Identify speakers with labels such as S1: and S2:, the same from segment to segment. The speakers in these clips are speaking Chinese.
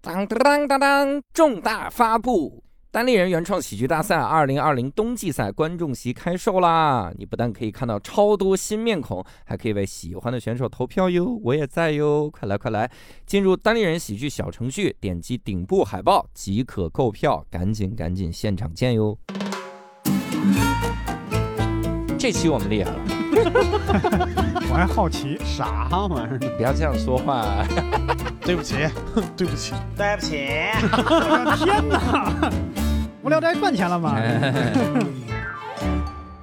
S1: 当当当当！重大发布，单立人原创喜剧大赛二零二零冬季赛观众席开售啦！你不但可以看到超多新面孔，还可以为喜欢的选手投票哟！我也在哟，快来快来！进入单立人喜剧小程序，点击顶部海报即可购票，赶紧赶紧，现场见哟！这期我们厉害了，
S2: 我还好 奇，
S3: 啥玩意儿？
S1: 不要这样说话。
S3: 对不起，对不起，
S4: 对不起，
S2: 哎天哪！无聊斋赚钱了吗？
S3: 哎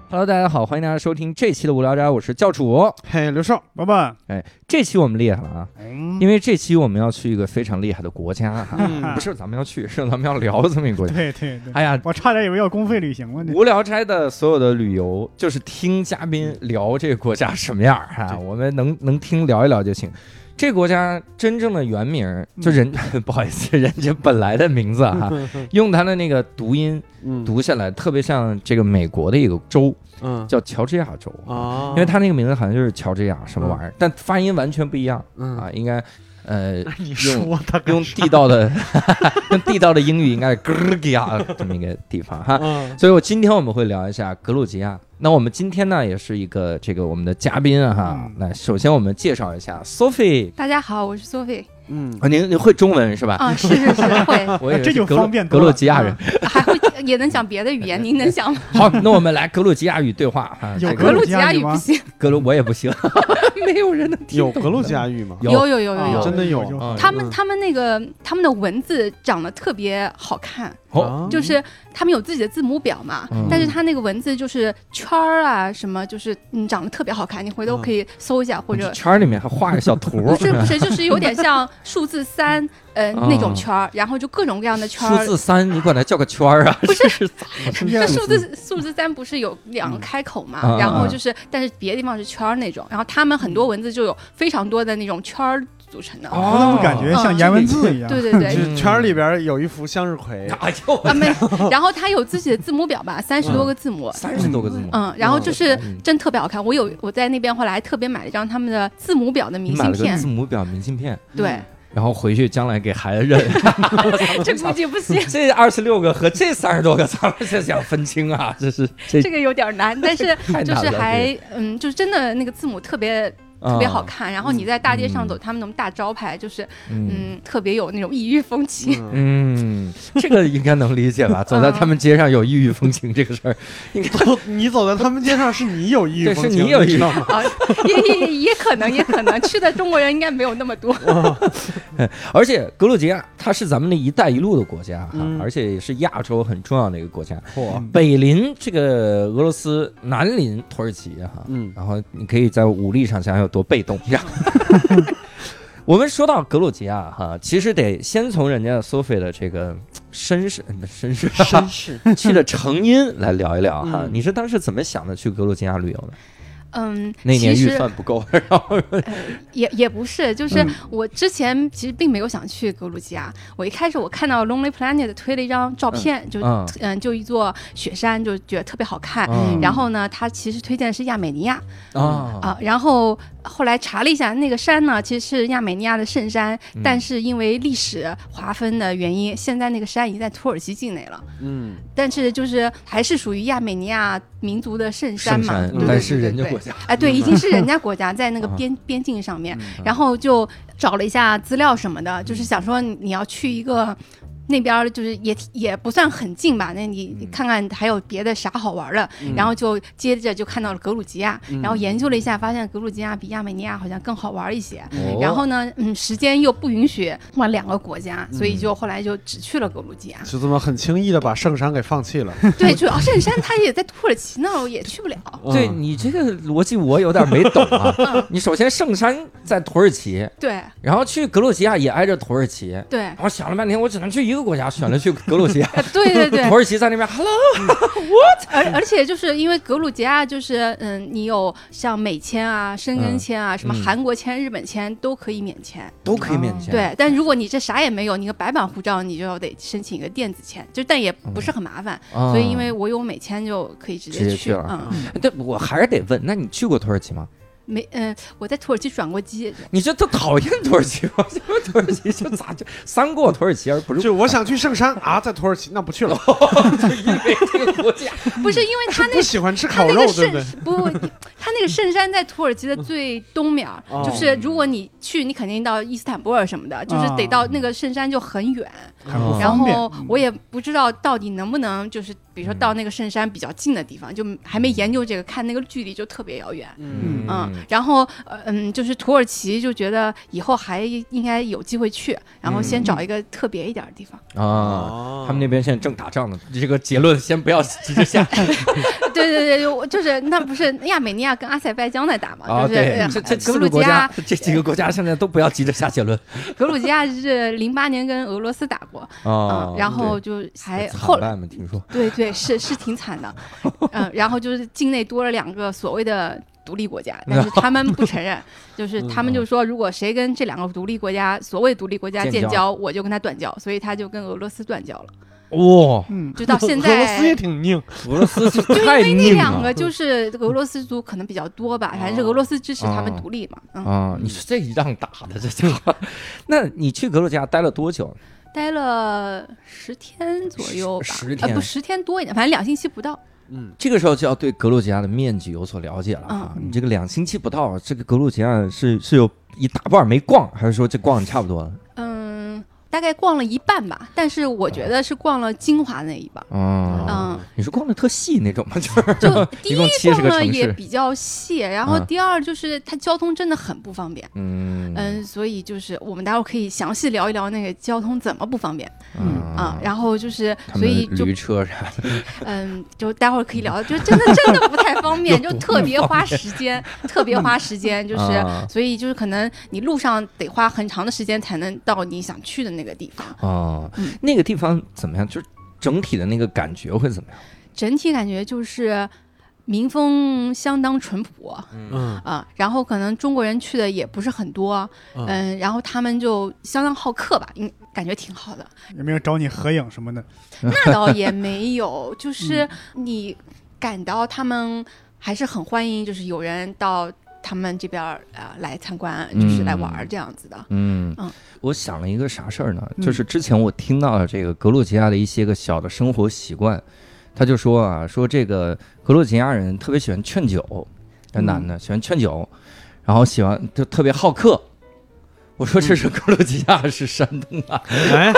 S1: Hello，大家好，欢迎大家收听这期的无聊斋，我是教主。
S3: 嘿，刘少，
S2: 伯伯，
S1: 哎，这期我们厉害了
S5: 哎
S1: 啊！
S3: 嗯，
S1: 因为这期我们要去一个非常厉害的国家哈、
S3: 嗯
S1: 不是咱们要去，是咱们要聊这么一个国家。
S2: 对对对，
S1: 哎呀，
S2: 我差点以为要公费旅行了呢。
S1: 无聊斋的所有的旅游就是听嘉宾聊这个国家什么样儿哈、
S3: 嗯
S1: 啊
S3: 对
S1: 我们能能听聊一聊就行。这国家真正的原名儿
S3: 嗯
S1: 就人、 不好意思，人家本来的名字啊 哈、用它的那个读音
S3: 嗯
S1: 读下来，特别像这个美国的一个州
S3: 嗯
S1: 叫乔治亚州
S3: 啊，
S1: 因为他那个名字好像就是乔治亚什么玩意儿，但发音完全不一样啊
S3: 嗯，，
S1: 应该呃
S3: 你说他
S1: 用地道的 用地道的英语应该是格鲁吉亚这么一个地方 哈。
S3: 嗯
S1: 所以，我今天我们会聊一下格鲁吉亚。那我们今天呢，也是一个这个我们的嘉宾啊哈。
S2: 嗯
S1: 那首先我们介绍一下 Sophie
S5: 大家好，我是 Sophie
S3: 嗯
S1: 啊，您您会中文是吧？
S5: 啊，是是是会，
S1: 我以为
S2: 这
S1: 是
S2: 就
S1: 格鲁
S2: 方便
S1: 格
S2: 多
S1: 鲁
S2: 了
S1: 吉亚人。
S5: 还会也能讲别的语言，您能讲吗？
S1: 好，那我们来格鲁吉亚语对话哈。
S2: 有
S1: 这个
S2: 格
S5: 嗯格
S2: 鲁
S5: 鲁
S2: 吉
S5: 吉
S2: 亚
S5: 亚
S2: 语
S5: 语不
S2: 吗
S5: 行，
S1: 格鲁我也不行，没有人能听
S3: 有
S1: 懂的。
S3: 格鲁吉亚语吗？
S1: 有
S5: 有有有有
S1: 啊
S5: 哦有。
S3: 哎真的有
S2: 有
S1: 啊
S5: 他们
S3: 嗯
S5: 他们那个他们的文字长得特别好看，
S1: 哦，
S3: 啊
S5: 就是他们有自己的字母表嘛
S1: 嗯，
S5: 但是他那个文字就是圈儿啊什么，就是嗯长得特别好看，你回头可以搜一下或者
S1: 嗯圈儿里面还画着小图
S5: 不
S1: 儿，
S5: 是不是就是有点像数字三呃
S1: 啊
S5: 那种圈儿，然后就各种各样的圈
S1: 数
S5: 儿。
S1: 字三，你管它叫个圈儿啊？
S5: 不是
S1: 是
S5: 这数字数字三不是有两个开口嘛？
S1: 嗯
S5: 然后就是，但是别的地方是圈儿那种，然后他们很多文字就有非常多的那种圈儿组成的。
S2: 我怎么感觉像颜文字一哦样？
S5: 啊对对 对。
S3: 这圈儿里边有一幅向日葵，
S1: 哎呦，
S5: 啊没，然后它有自己的字母 表吧，三十多个字母，
S1: 三十多个字母，
S5: 嗯，然后就是
S1: 嗯
S5: 真特别好看。我有我在那边后来还特别买了一张他们的字母表的
S1: 你
S5: 明
S1: 买
S5: 信
S1: 了个
S5: 片
S1: 字，母表嗯明信片，
S5: 对，
S1: 然后回去将来给孩子认。
S5: 这估计不行，
S1: 这二十六个和这三十多个，咱们这想分清啊，这是这
S5: 这个有点难，但是
S1: 太
S5: 就
S1: 难
S5: 是
S1: 了
S5: 还嗯，就是真的那个字母特别特
S1: 啊
S5: 别好，看。然后你在大街上
S1: 嗯
S5: 走，他们那种大招牌就是
S1: 这个嗯。
S5: 嗯，特别有那种异域风情。
S3: 嗯
S1: 嗯，这个应该能理解吧？走在他们街上有异域风情这个事儿，
S3: 走你走在他们街上是你有异域
S1: 对
S3: 风情，
S1: 是你有异域
S3: 知道吗？
S5: 啊，也也也可能，也可能去的中国人应该没有那么多。
S1: 而且格鲁吉亚它是咱们的一带一路的国家哈
S3: 嗯，
S1: 而且也是亚洲很重要的一个国家。
S2: 嗯
S3: 嚯，
S1: 北临这个俄罗斯，南临土耳其哈，
S3: 嗯
S1: 然后你可以在武力上想想有多被动。 然后我们说到格鲁吉亚哈，其实得先从人家 Sophie 的这个身世、呃身世、
S3: 绅士，
S1: 去的成因来聊一聊哈。
S3: 嗯
S1: 你是当时怎么想的去格鲁吉亚旅游呢？
S5: 嗯，
S1: 那年
S5: 其
S1: 预
S5: 实
S1: 算嗯不够，然后
S5: 也也不是，就是我之前其实并没有想去格鲁吉亚。我一开始我看到 Lonely Planet 推了一张照片，就
S1: 嗯
S5: 嗯，就一座雪山，就觉得特别好看。
S1: 嗯
S5: 然后呢，它其实推荐的是亚美尼亚
S1: 啊
S5: 啊，然后后来查了一下，那个山呢其实是亚美尼亚的圣山，
S1: 嗯
S5: 但是因为历史划分的原因，现在那个山已经在土耳其境内了。
S3: 嗯，
S5: 但是就是还是属于亚美尼亚民族的圣山
S1: 圣
S5: 嘛，
S1: 山
S5: 对对，
S1: 但是
S5: 对
S1: 人家
S5: 对
S1: 国嗯家
S5: 哎，对，已经是人家国家在那个边边境上面，
S1: 嗯
S5: 然后就找了一下资料什么的，就是想说你你要去一个。那边儿就是也也不算很近吧，那你
S1: 嗯
S5: 你看看还有别的啥好玩的，然后就接着就看到了格鲁吉亚，
S1: 嗯
S5: 然后研究了一下，发现格鲁吉亚比亚美尼亚好像更好玩一些，
S1: 哦
S5: 然后呢，嗯，时间又不允许换两个国家，所
S1: 嗯
S5: 以就后来就只去了格鲁吉亚。
S3: 就这么很轻易的把圣山给放弃了，
S5: 对，主要圣山它也在土耳其那，我也去不了。
S1: 对
S3: 嗯
S1: 你这个逻辑我有点没懂
S5: 嗯
S1: 啊。你首先圣山在土耳其，
S5: 对
S1: 然后去格鲁吉亚也挨着土耳其，
S5: 对，
S1: 我想了半天，我只能去一个国家，选了去格鲁吉亚。
S5: 呃对对对
S1: 土，耳其在那边，Hello，
S5: 而而且就是因为格鲁吉亚，就是嗯，你有像美签啊、申根签啊、什么
S1: 嗯
S5: 韩国签、日本签都可以免签。
S1: 都可以免签。，
S5: 啊对，但如果你这啥也没有，你个白板护照，你就要得申请一个电子签，就但也不是很麻烦。
S1: 嗯
S5: 所以因为我有美签就可以直
S1: 直
S5: 接
S1: 接去
S5: 去。
S1: 了
S5: 嗯，
S1: 但我还是得问，那你去过土耳其吗？
S5: 没，嗯、我在土耳其转过机，
S1: 你这都讨厌土耳其吗？ 什么土耳其就咋就三过土耳其而不入？
S3: 就我想去圣山啊，在土耳其那不 去了，
S1: 就因为这个国家，
S5: 不是因 为他那
S3: 不喜欢吃
S5: 他
S3: 烤
S5: 那
S3: 肉
S5: 个，
S3: 对
S5: 圣
S3: 不对？
S5: 不， 他那个圣山在土耳其的最东面儿，
S3: 哦
S5: 就是如果你去，你肯定到伊斯坦布尔什么的，就是得
S1: 啊
S5: 到那个圣山就很远。
S3: 还不
S1: 哦
S5: 然
S3: 方便
S5: 后我也不知道到底能不能，就是比如说
S1: 嗯
S5: 到那个圣山比较近的地方，就还没研究这个，看那个距离就特别遥远。
S3: 嗯
S5: 嗯，然后呃嗯，就是土耳其就觉得以后还应该有机会去，然后先
S1: 嗯
S5: 找一个特别一点儿的地方。
S1: 啊。他
S3: 嗯
S1: 们那边现在正打仗呢，这个结论先不要急着 下
S5: 对对对，我就是那不是亚美尼亚跟阿塞拜疆在打嘛，
S1: 啊。
S5: 就是
S1: 对
S5: 呃，
S1: 这这
S5: 格
S1: 四
S5: 鲁
S1: 个
S5: 吉
S1: 国
S5: 亚
S1: 家，这几个国家现在都不要急着下结论
S5: 格鲁吉亚是零八年跟俄罗斯打过，
S1: 啊
S5: 嗯，。然后就还
S1: 对
S5: 后
S1: 惨败嘛，听说
S5: 对对是是挺惨的，嗯，然后就是境内多了两个所谓的独立国家，但是他们不承认， 就是他们就说如果谁跟这两个独立国家所谓独立国家
S1: 建
S5: 建
S1: 交
S5: 交，我就跟他断交，所以他就跟俄罗斯断交了，
S1: 哇，
S2: 嗯，
S5: 就到现
S3: 俄罗斯也
S5: 在。
S3: 挺拧，
S1: 俄罗斯是
S5: 就因
S1: 太
S5: 为那
S1: 拧
S5: 两
S1: 了哦
S5: 个就是俄罗斯族可能比较多吧，反正是俄罗斯支持他们独立嘛，嗯，
S1: 啊！你说这一仗打的这家伙， 那你去格鲁吉亚待了多久？
S5: 待了十天左右吧，
S1: 十十
S5: 呃不
S1: 天
S5: 十天多一点，反正两星期不到。
S1: 这个时候就要对格鲁吉亚的面积有所了解了啊！你这个两星期不到，这个格鲁吉亚是是有一大半没逛，还是说这逛的差不多了？
S5: 嗯，大概逛了一半吧，但是我
S1: 哦
S5: 觉得是逛了精华那一半。
S1: 啊，
S5: 嗯，
S1: 你是逛的特细那种吗？ 就是
S5: 就第
S1: 一
S5: 一
S1: 共七十
S5: 逛
S1: 个
S5: 呢
S1: 城
S5: 也
S1: 市，
S5: 比较细，然后
S1: 嗯
S5: 第二就是它交通真的很不方便。
S1: 嗯
S5: 嗯，所以就是我们待会儿可以详细聊一聊那个交通怎么不方便啊。然后就是，
S1: 他
S5: 所
S1: 们
S5: 以就
S1: 驴车啥的，
S5: 嗯，就待会儿可以聊，就 真的真的不太方便，就特别花时间，特别花时间，就是、
S1: 啊
S5: 所以就是可能你路上得花很长的时间才能到你想去的那个地方。
S1: 啊
S5: 嗯，
S1: 那个地方怎么样？就是整体的那个感觉会怎么样？
S5: 整体感觉就是民风相当淳朴啊、
S3: 嗯
S5: 然后可能中国人去的也不是很多，嗯、
S3: 嗯，
S5: 然后他们就相当好客吧，嗯，感觉挺 好的。
S2: 有没有找你合影什么的？
S5: 那倒也没有，就是
S1: 嗯
S5: 你感到他们还是很欢迎，就是有人到他们这边儿呃来参观，就是来玩儿这样子的。
S1: 嗯
S5: 嗯，
S1: 我想了一个啥事儿呢？
S2: 嗯
S1: 就是之前我听到了这个格鲁吉亚的一些个小的生活习惯，他就说啊，说这个格鲁吉亚人特别喜欢劝酒，这男的喜欢劝酒，然后喜欢就特别好客。我说这是格鲁吉亚，是山东啊，
S3: 哎，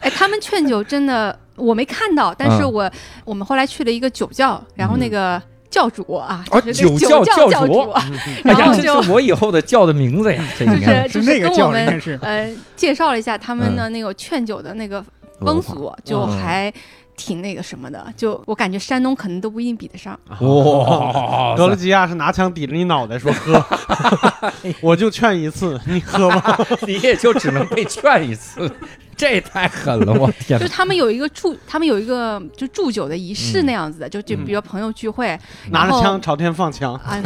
S5: 哎，他们劝酒真的我没看到，但是
S1: 嗯
S5: 我、我们后来去了一个酒窖，然后那个教主啊，
S1: 哦
S5: 就是那个
S1: 酒窖
S5: 教
S1: 教
S5: 教
S1: 主
S5: 主，啊
S1: 哎
S5: 嗯然
S1: 呀，
S5: 后
S1: 这
S5: 就是
S1: 我以后的叫的名哎字呀，这应该
S5: 是哎就是
S2: 那个
S5: 跟我
S2: 叫人
S5: 们
S2: 家是，
S5: 呃介绍了一下他们的那个劝酒的那个风俗，就
S1: 嗯
S5: 还挺那个什么的，就我感觉山东可能都不一定比 得上。
S1: 哇
S3: 格鲁吉亚是拿枪抵着你脑 袋说喝，我就劝一次，你喝 吧。
S1: 你也就只能被劝一次，这也太狠了，我天
S5: 就！是他们有一个祝，他们有一个就祝酒的仪式
S1: 嗯
S5: 那样子的，就就
S1: 嗯
S5: 比如朋友聚会
S3: 拿着枪朝天放枪，
S5: 啊，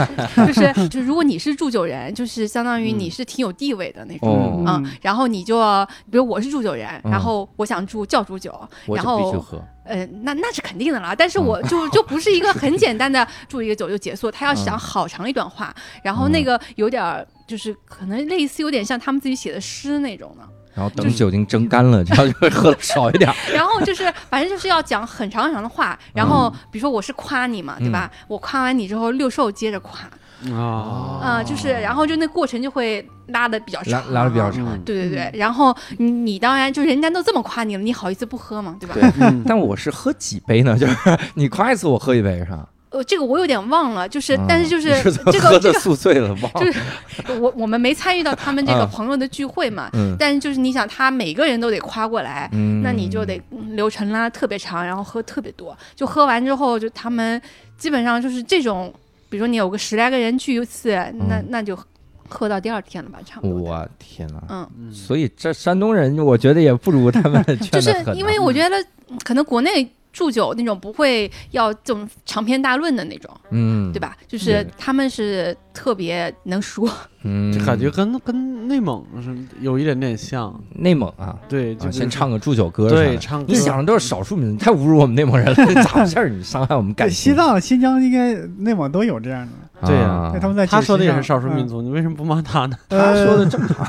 S5: 就是就如果你是祝酒人，就是相当于你是挺有地位的那种。
S1: 嗯哦
S5: 啊，然后你就比如我是祝酒人，
S1: 嗯
S5: 然后我想祝教主酒，
S1: 我
S5: 然
S1: 就必须
S5: 后
S1: 喝，
S5: 呃，那那是肯定的啦。啊但是
S1: 嗯
S5: 我就就不是一个很简单的祝一个酒就结束，他要
S1: 嗯
S5: 想好长一段话，然后那个有点儿就是可能类似有点像他们自己写的诗那种的，
S1: 然后等酒精蒸干了，这样就会喝的少一点。
S5: 然后就是反正就是要讲很长很长的话，然
S1: 嗯
S5: 后比如说我是夸你嘛，对吧？我夸完你之后，六兽接着夸，
S3: 啊
S5: 啊、就是然后就那过程就会拉的比较
S1: 哦拉
S5: 长，嗯
S1: 拉的比较长。嗯
S5: 对对对，然后你你当然就人家都这么夸你了，你好意思不喝吗？对吧？
S1: 对，但我是喝几杯呢？ 就是你夸一次，我喝一杯是吧？
S5: 呃，这个我有点忘了，就是、但是就是
S1: 嗯你是
S5: 这
S1: 喝
S5: 个
S1: 的
S5: 这个
S1: 宿醉了，忘
S5: 就
S1: 了。
S5: 是我我们没参与到他们这
S1: 啊
S5: 个朋友的聚会嘛，
S1: 嗯
S5: 但是就是你想他每个人都得夸过来，
S1: 嗯
S5: 那你就得嗯流程拉得特别长，然后喝特别多，就喝完之后就他们基本上就是这种，比如说你有个十来个人聚一次，
S1: 嗯
S5: 那那就喝到第二天了吧，差不多。
S1: 我天哪！
S5: 嗯，
S1: 所以这山东人，我觉得也不如 他们
S5: 就
S1: 劝
S5: 是
S1: 的很。
S5: 因为我觉得嗯可能国内祝酒那种不会要这种长篇大论的那种，
S1: 嗯，
S5: 对？吧？就是
S1: 对
S5: 他们是特别能说，
S1: 嗯，
S3: 这感觉跟跟内蒙是有一点点像，
S1: 内蒙啊，
S3: 对，
S1: 啊
S3: 就
S1: 先唱个祝酒歌啥的。
S3: 对唱歌。嗯
S1: 你想的都是少数民族，太侮辱我们内蒙人了，咋回事儿？你伤害我们感
S2: 对，西
S1: 情。
S2: 藏、新疆应该内蒙都有这样的。
S3: 对呀
S1: 啊
S2: 那他们在
S3: 他说的也是
S2: 少
S3: 少数民，族，
S1: 嗯
S3: 你为什么不骂他呢？
S2: 他
S1: 说的
S2: 正常，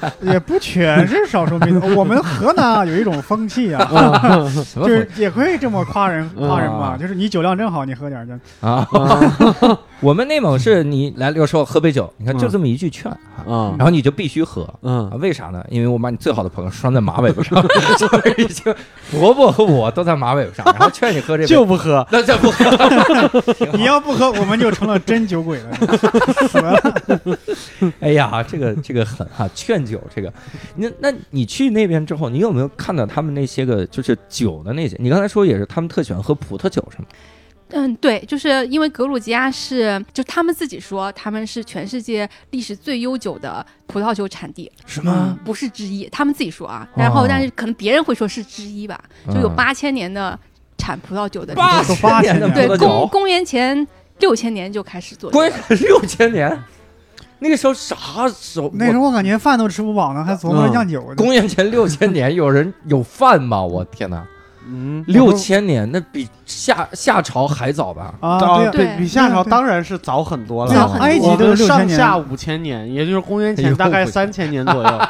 S2: 呃也不全是少数民族。我们河南啊有一种风气啊，
S1: 什么
S2: 就是也会这么夸人
S3: 嗯
S2: 夸人嘛，就是你酒量真好，你喝点儿就
S1: 啊？我们内蒙是你来了时候喝杯酒，你看就这么一句劝，
S3: 嗯
S1: 然后你就必须喝。啊
S3: 嗯，
S1: 为啥呢？因为我把你最好的朋友拴在马尾巴上， 所以就伯伯和我都在马尾巴上，然后劝你喝这杯，
S3: 就不喝。
S1: 那这不喝，挺好
S2: 你要不喝，我们就成了真酒鬼了，死了。
S1: 哎呀，这个这个狠啊！劝酒这个，那那你去那边之后，你有没有看到他们那些个就是酒的那些？你刚才说也是他们特喜欢喝葡萄酒是吗？
S5: 嗯，对，就是因为格鲁吉亚是，就他们自己说他们是全世界历史最悠久的葡萄酒产地，
S1: 是
S2: 吗？
S5: 不是之一，他们自己说啊。然
S1: 嗯
S5: 后，
S1: 哦嗯
S5: 但是可能别人会说是之一吧，就有八千年的产葡萄酒的历
S1: 八
S5: 史。
S1: 十年的
S5: 对
S1: 葡萄，
S5: 公
S1: 酒，
S5: 公元前六千年就开始做 这
S1: 关
S5: 个。
S1: 键是六千年，那个时候啥时候？
S2: 那时候我感觉饭都吃不饱呢，还琢磨着酿酒
S1: 我
S2: 呢。
S1: 公元前六千年有人有饭吗？我天哪，
S3: 嗯，
S1: 六千年那比夏夏朝还早吧？
S2: 啊，对啊，
S5: 对
S3: 比夏朝当然是早很多了。
S5: 早很多
S2: 埃及
S3: 我
S2: 都
S3: 们
S2: 是六千
S3: 上下
S2: 年，
S3: 五千年，也就是公元
S1: 哎
S3: 前
S1: 呦
S3: 大概三千年 左右。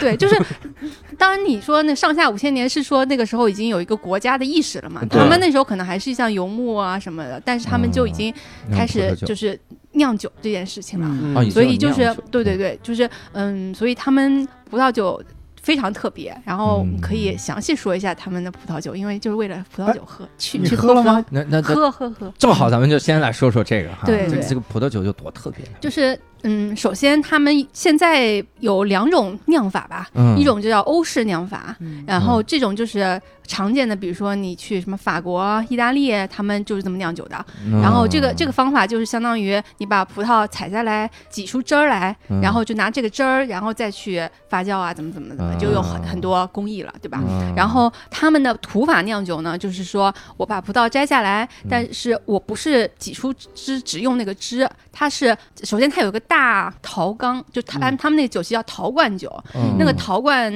S5: 对，就是 当然你说那上下五千年是说那个时候已经有一个国家的意识了嘛？
S1: 嗯对
S5: 他们那时候可能还是像游牧啊什么的，但是他们就已经开
S1: 那
S5: 始
S1: 种嗯葡萄酒
S5: 就是酿酒这件事情了。
S2: 嗯
S1: 啊已经
S5: 所以就是
S1: 酿酒
S5: 对对对，就是嗯，所以他们葡萄酒非常特别，然后
S1: 嗯
S5: 可以详细说一下他们的葡萄酒，因为就是为了葡萄酒喝、去
S2: 你
S5: 去
S2: 喝了吗
S1: 那那那
S5: 喝喝喝，
S1: 正好咱们就先来说说这个哈，
S5: 对
S1: 这
S5: 对
S1: 这个葡萄酒有多特别？啊
S5: 就是嗯，首先他们现在有两种酿法吧，
S1: 嗯
S5: 一种就叫欧式酿法，
S2: 嗯
S5: 然后这种就是常见的，比如说你去什么法国、意大利，他们就是这么酿酒的。
S1: 嗯
S5: 然后这个这
S1: 个，
S5: 个方法就是相当于你把葡萄采下来，挤出汁儿来，
S1: 嗯
S5: 然后就拿这个汁儿，然后再去发酵啊，怎么怎么怎么，就有很
S1: 啊
S5: 很多工艺了，对吧？
S1: 嗯
S5: 然后他们的土法酿酒呢，就是说我把葡萄摘下来，
S1: 嗯
S5: 但是我不是挤出汁，只用那个汁，它是首先它有个大陶缸，就他按他们那个酒席叫陶罐酒，
S1: 嗯
S5: 那个陶罐。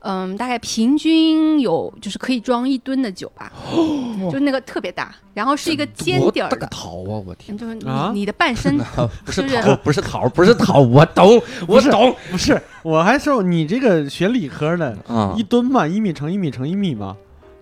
S5: 嗯，大概平均有就是可以装一吨的酒吧，就那个特别大，然后是一个尖底儿
S1: 哦多大个
S5: 的，
S1: 桃啊！我天，
S5: 就是你、
S3: 啊
S5: 你的半身
S1: 不
S5: 就是是
S1: 桃，不是桃，不是桃，我懂，我懂
S3: 不是，我还说你这个学理科的，
S1: 啊
S3: 一吨嘛，一米乘一米乘一米嘛。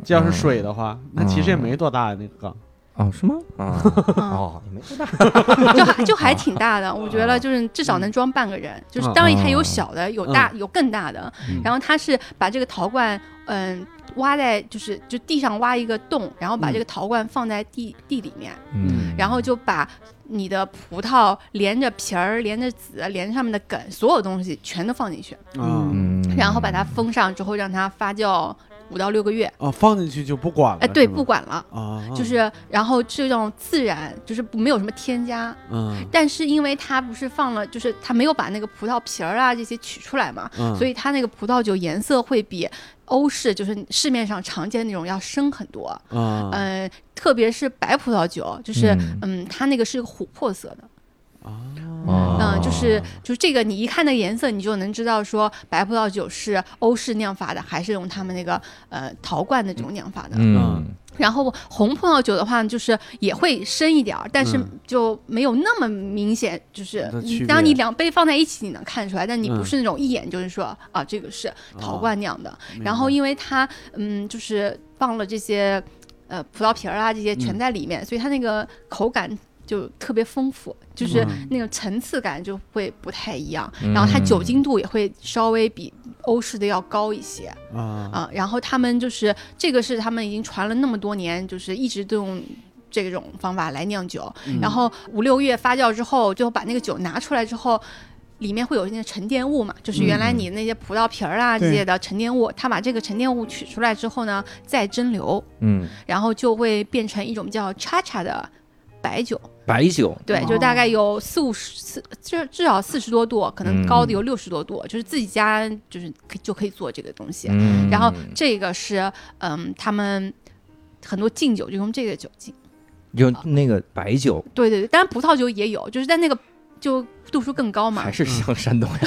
S3: 这要是水的话，那其实也没多大呀，那个缸。
S1: 哦，是吗？啊
S5: 嗯，
S1: 哦，你没多大，
S5: 就还就还挺大的，我觉得就是至少能装半个人。就是当然它有小的，有大，有更大的。
S1: 嗯
S5: 然后它是把这个陶罐，嗯，挖在就是就地上挖一个洞，然后把这个陶罐放在地地里面，
S1: 嗯
S5: 然后就把你的葡萄连着皮儿、连着籽、连着上面的梗，所有东西全都放进去，
S3: 嗯，
S1: 嗯，
S5: 然后把它封上之后，让它发酵五到六个月。
S3: 哦，放进去就不管了。
S5: 哎，对，
S3: 是吗
S5: 不管了。
S3: 啊，
S5: 就是，然后这种自然就是没有什么添加，
S3: 嗯
S5: 但是因为它不是放了，就是它没有把那个葡萄皮儿啊这些取出来嘛，
S3: 嗯，
S5: 所
S3: 以
S5: 以它那个葡萄酒颜色会比欧式就是市面上常见的那种要深很多。
S3: 啊
S5: 嗯、特别是白葡萄酒，就是嗯它那个是个琥珀色的，
S1: 哦
S5: 嗯、就是就是这个你一看那个颜色，你就能知道说白葡萄酒是欧式酿法的，还是用他们那个呃陶罐的这种酿法的。
S1: 嗯
S5: 然后红葡萄酒的话，就是也会深一点儿，但是
S3: 嗯
S5: 就没有那么明显，就是
S3: 的
S5: 你
S3: 区别
S5: 当你两杯放在一起，你能看出来，但你
S3: 嗯
S5: 不是那种一眼就是说啊，这个是陶罐酿的。
S3: 明白
S5: 然后因为它嗯，就是放了这些呃葡萄皮儿啊这些
S3: 嗯
S5: 全在里面，所以它那个口感就特别丰富，就是
S3: 嗯
S5: 那种层次感就会不太一样。
S1: 嗯
S5: 然后它酒精度也会稍微比欧式的要高一些。
S3: 啊
S5: 啊，然后他们就是这个是他们已经传了那么多年，就是一直都用这种方法来酿酒，然后五六月发酵之后，最后把那个酒拿出来之后。里面会有一些沉淀物嘛，就是原来你那些葡萄皮儿啊这些的沉淀物，他把这个沉淀物取出来之后呢，再蒸馏，
S1: 嗯，
S5: 然后就会变成一种叫叉叉的白酒。
S1: 白酒，
S5: 对，就大概有四五十四，至至少四十多度，可能高的有六十多度，就是自己家就是可以就可以做这个东西。
S1: 嗯
S5: 然后哦这个是嗯，他们很多敬酒就用这个酒精，
S1: 用那个白酒，
S5: 对对对，当然葡萄酒也有，就是在那个就度数更高嘛
S1: 还。是像山东呀，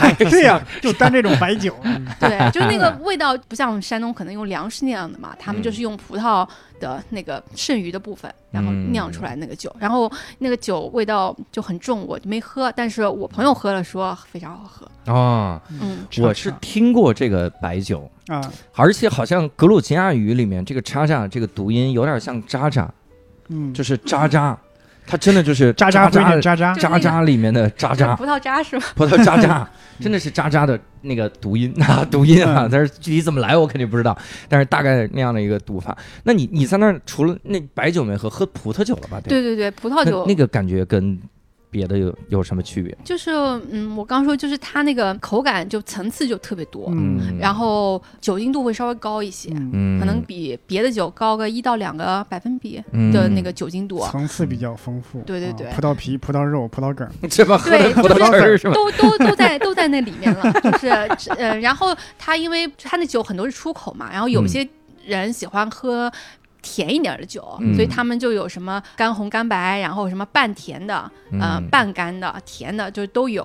S2: 哎对呀、就单这种白酒，
S3: 嗯
S5: 对，就那个味道不像山东可能用粮食那样的嘛，他
S1: 嗯
S5: 们就是用葡萄的那个剩余的部分，然后
S1: 嗯
S5: 酿出来那个酒，然后那个酒味道就很重，我就没喝，但是我朋友喝了说非常好喝，
S1: 啊，
S5: 嗯，
S1: 我是听过这个白酒，
S2: 啊，
S1: 而且好像格鲁吉亚语里面这个“叉叉”这个读音有点像“渣渣”，
S2: 嗯，
S1: 就是“渣渣”，它真的就是“
S2: 渣
S1: 渣
S2: 渣归
S1: 渣”
S2: 渣渣，
S1: 渣渣嗯里面的渣渣，
S5: 葡萄渣是吧？
S1: 葡萄渣渣，真的是渣渣的那个读音啊， 读音啊，
S2: 嗯
S1: 但是具体怎么来我肯定不知道，但是大概那样的一个读法。那你你在那儿除了那白酒没喝，喝葡萄酒了吧？吧，
S5: 对对对，葡萄
S1: 那
S5: 酒
S1: 那个感觉跟别的有有什么区别？
S5: 就是嗯，我刚说就是它那个口感就层次就特别多，
S2: 嗯
S5: 然后酒精度会稍微高一些，
S2: 嗯，
S1: 嗯，
S5: 可能比别的酒高个一到两个百分比
S1: 嗯
S5: 的那个酒精度。啊
S2: 层次比较丰富，
S5: 对对
S2: 啊
S5: 对
S2: 葡萄皮、葡萄肉、葡萄梗，
S1: 嗯 这 么喝的
S5: 对
S1: 葡萄汁儿是吧？
S5: 都都都在都在那里面了， 就是呃，然后它因为它那酒很多是出口嘛，然后有些人喜欢喝甜一点的酒，
S1: 嗯
S5: 所以他们就有什么干红、干白，然后什么半甜的，呃，
S1: 嗯
S5: 半干的、甜的，就是都有。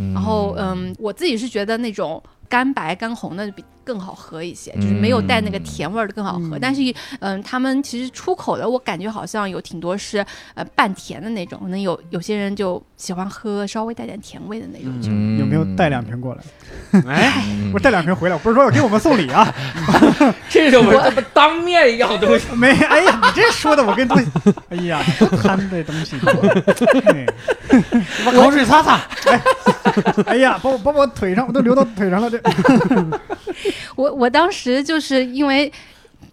S1: 嗯
S5: 然后嗯，我自己是觉得那种干白干红的比更好喝一
S1: 嗯
S5: 些，就是没有带那个甜味儿的更好喝。
S2: 嗯
S5: 但是嗯，他们其实出口的，我感觉好像有挺多是呃半甜的那种，可能有有些人就喜欢喝稍微带点甜味的那种酒。
S1: 嗯
S2: 有没有带两？瓶过来？
S3: 哎，
S1: 嗯
S2: 我带两瓶回来，我不是说要给我们送礼啊，
S1: 这种这不当面要东西，
S2: 没，哎呀，你这说的我跟东，哎呀，不贪这东西，哎
S3: 把口水擦擦。
S2: 哎呀，把我把我腿上我都流到腿上了，这
S5: 我我当时就是因为。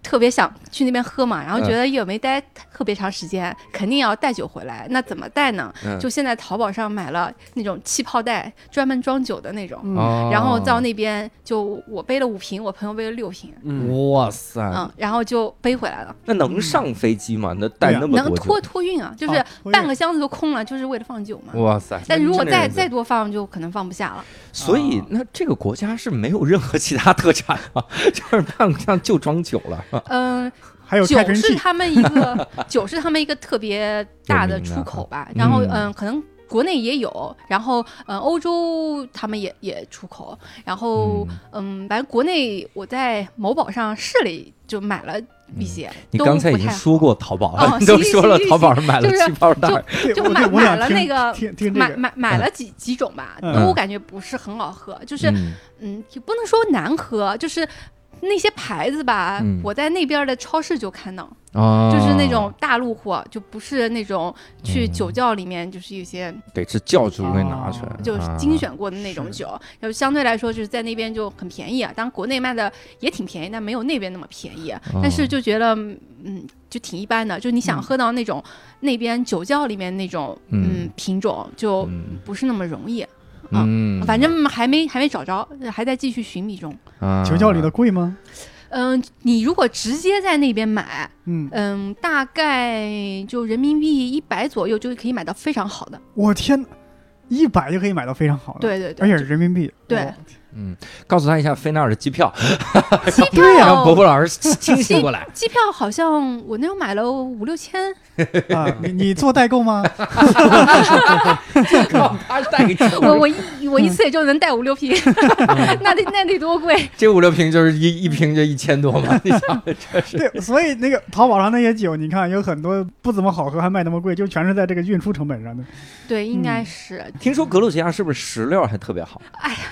S5: 特别想去那边喝嘛，然后觉
S1: 嗯
S5: 得也没待特别长时间，肯定要带酒回来。那怎么带呢？
S1: 嗯
S5: 就现在淘宝上买了那种气泡袋，专门装酒的那种。
S1: 哦
S5: 然后到那边就我背了五瓶，我朋友背了六瓶，
S3: 嗯，
S1: 哇塞，
S5: 嗯，然后就背回来了，
S1: 那能上飞机吗？那带那么
S5: 能
S1: 多
S5: 托
S1: 酒，
S5: 托运啊，就是
S2: 啊托运
S5: 半个箱子都空了，就是为了放酒嘛。
S1: 哇塞！
S5: 但如果
S1: 真的
S5: 再
S1: 是
S5: 再多放，就可能放不下了。
S1: 所以
S2: 啊，
S1: 那这个国家是没有任何其他特产吗？ 就是半个箱就装酒了。
S5: 嗯，
S2: 还有开
S5: 酒
S2: 瓶
S5: 是
S2: 器，
S5: 他们一个酒是他们一个特别大的
S1: 有名的
S5: 出口吧，然后
S1: 嗯
S5: 嗯，可能国内也有，然后嗯，欧洲他们也也出口，然后嗯，反正国内我在某宝上试了一，就买了一些，
S1: 嗯你
S5: 都
S1: 刚才已
S5: 不
S1: 经
S5: 太
S1: 说过淘宝了，
S5: 哦
S1: 你都
S5: 行行
S1: 说了
S5: 行
S1: 淘宝上买了
S5: 就是
S1: 气泡袋儿，
S2: 对
S5: 就
S2: 我
S5: 买
S2: 对我想
S5: 买了
S2: 听
S5: 那个
S2: 听听这
S5: 买
S2: 个，
S5: 买买了几几种吧，
S2: 嗯
S5: 都感觉不是很好喝，就是
S1: 嗯
S5: 嗯，也不能说难喝，就是那些牌子吧，
S1: 嗯
S5: 我在那边的超市就看到，
S1: 哦
S5: 就是那种大陆货，就不是那种去酒窖里面就是有些
S1: 得是教主给拿出来，
S5: 哦就是
S1: 啊
S5: 精。选过的那种酒，然后相对来说就是在那边就很便宜啊，当然国内卖的也挺便宜，但没有那边那么便宜啊，但是就觉得嗯，就挺一般的，就是你想
S2: 嗯
S5: 喝到那种、那边酒窖里面那种
S1: 嗯
S5: 嗯品种就。
S1: 嗯
S5: 不是那么容易，
S1: 嗯
S5: 反正还没还没找着，还在继续寻觅中。
S1: 啊
S2: 酒窖里的贵吗？
S5: 嗯，你如果直接在那边买，
S2: 嗯，
S5: 嗯，大概就人民币一百左右就可以买到非常好的。
S1: 哦
S2: 我天，一百就可以买到非常好的，，
S5: 对对对，
S2: 而且是人民币，
S5: 对
S2: 哦
S1: 嗯，告诉他一下飞那儿的机票，哎
S5: 机
S1: 让伯伯
S5: 票
S1: 老师 清醒过来。
S5: 机票好像我那时候买了五六千，
S2: 啊，你你做代购吗？
S1: 他带给
S5: 我我一我一次也就能带 五六瓶，那得那得多贵？
S1: 这五六瓶就是一一瓶就一千多 嘛，你想这是
S2: 对，所以那个淘宝上那些酒，你看有很多不怎么好喝，还卖那么贵，就全是在这个运输成本上的。
S5: 对，
S1: 嗯
S5: 应该是、
S1: 听说格鲁吉亚是不是石榴还特别好？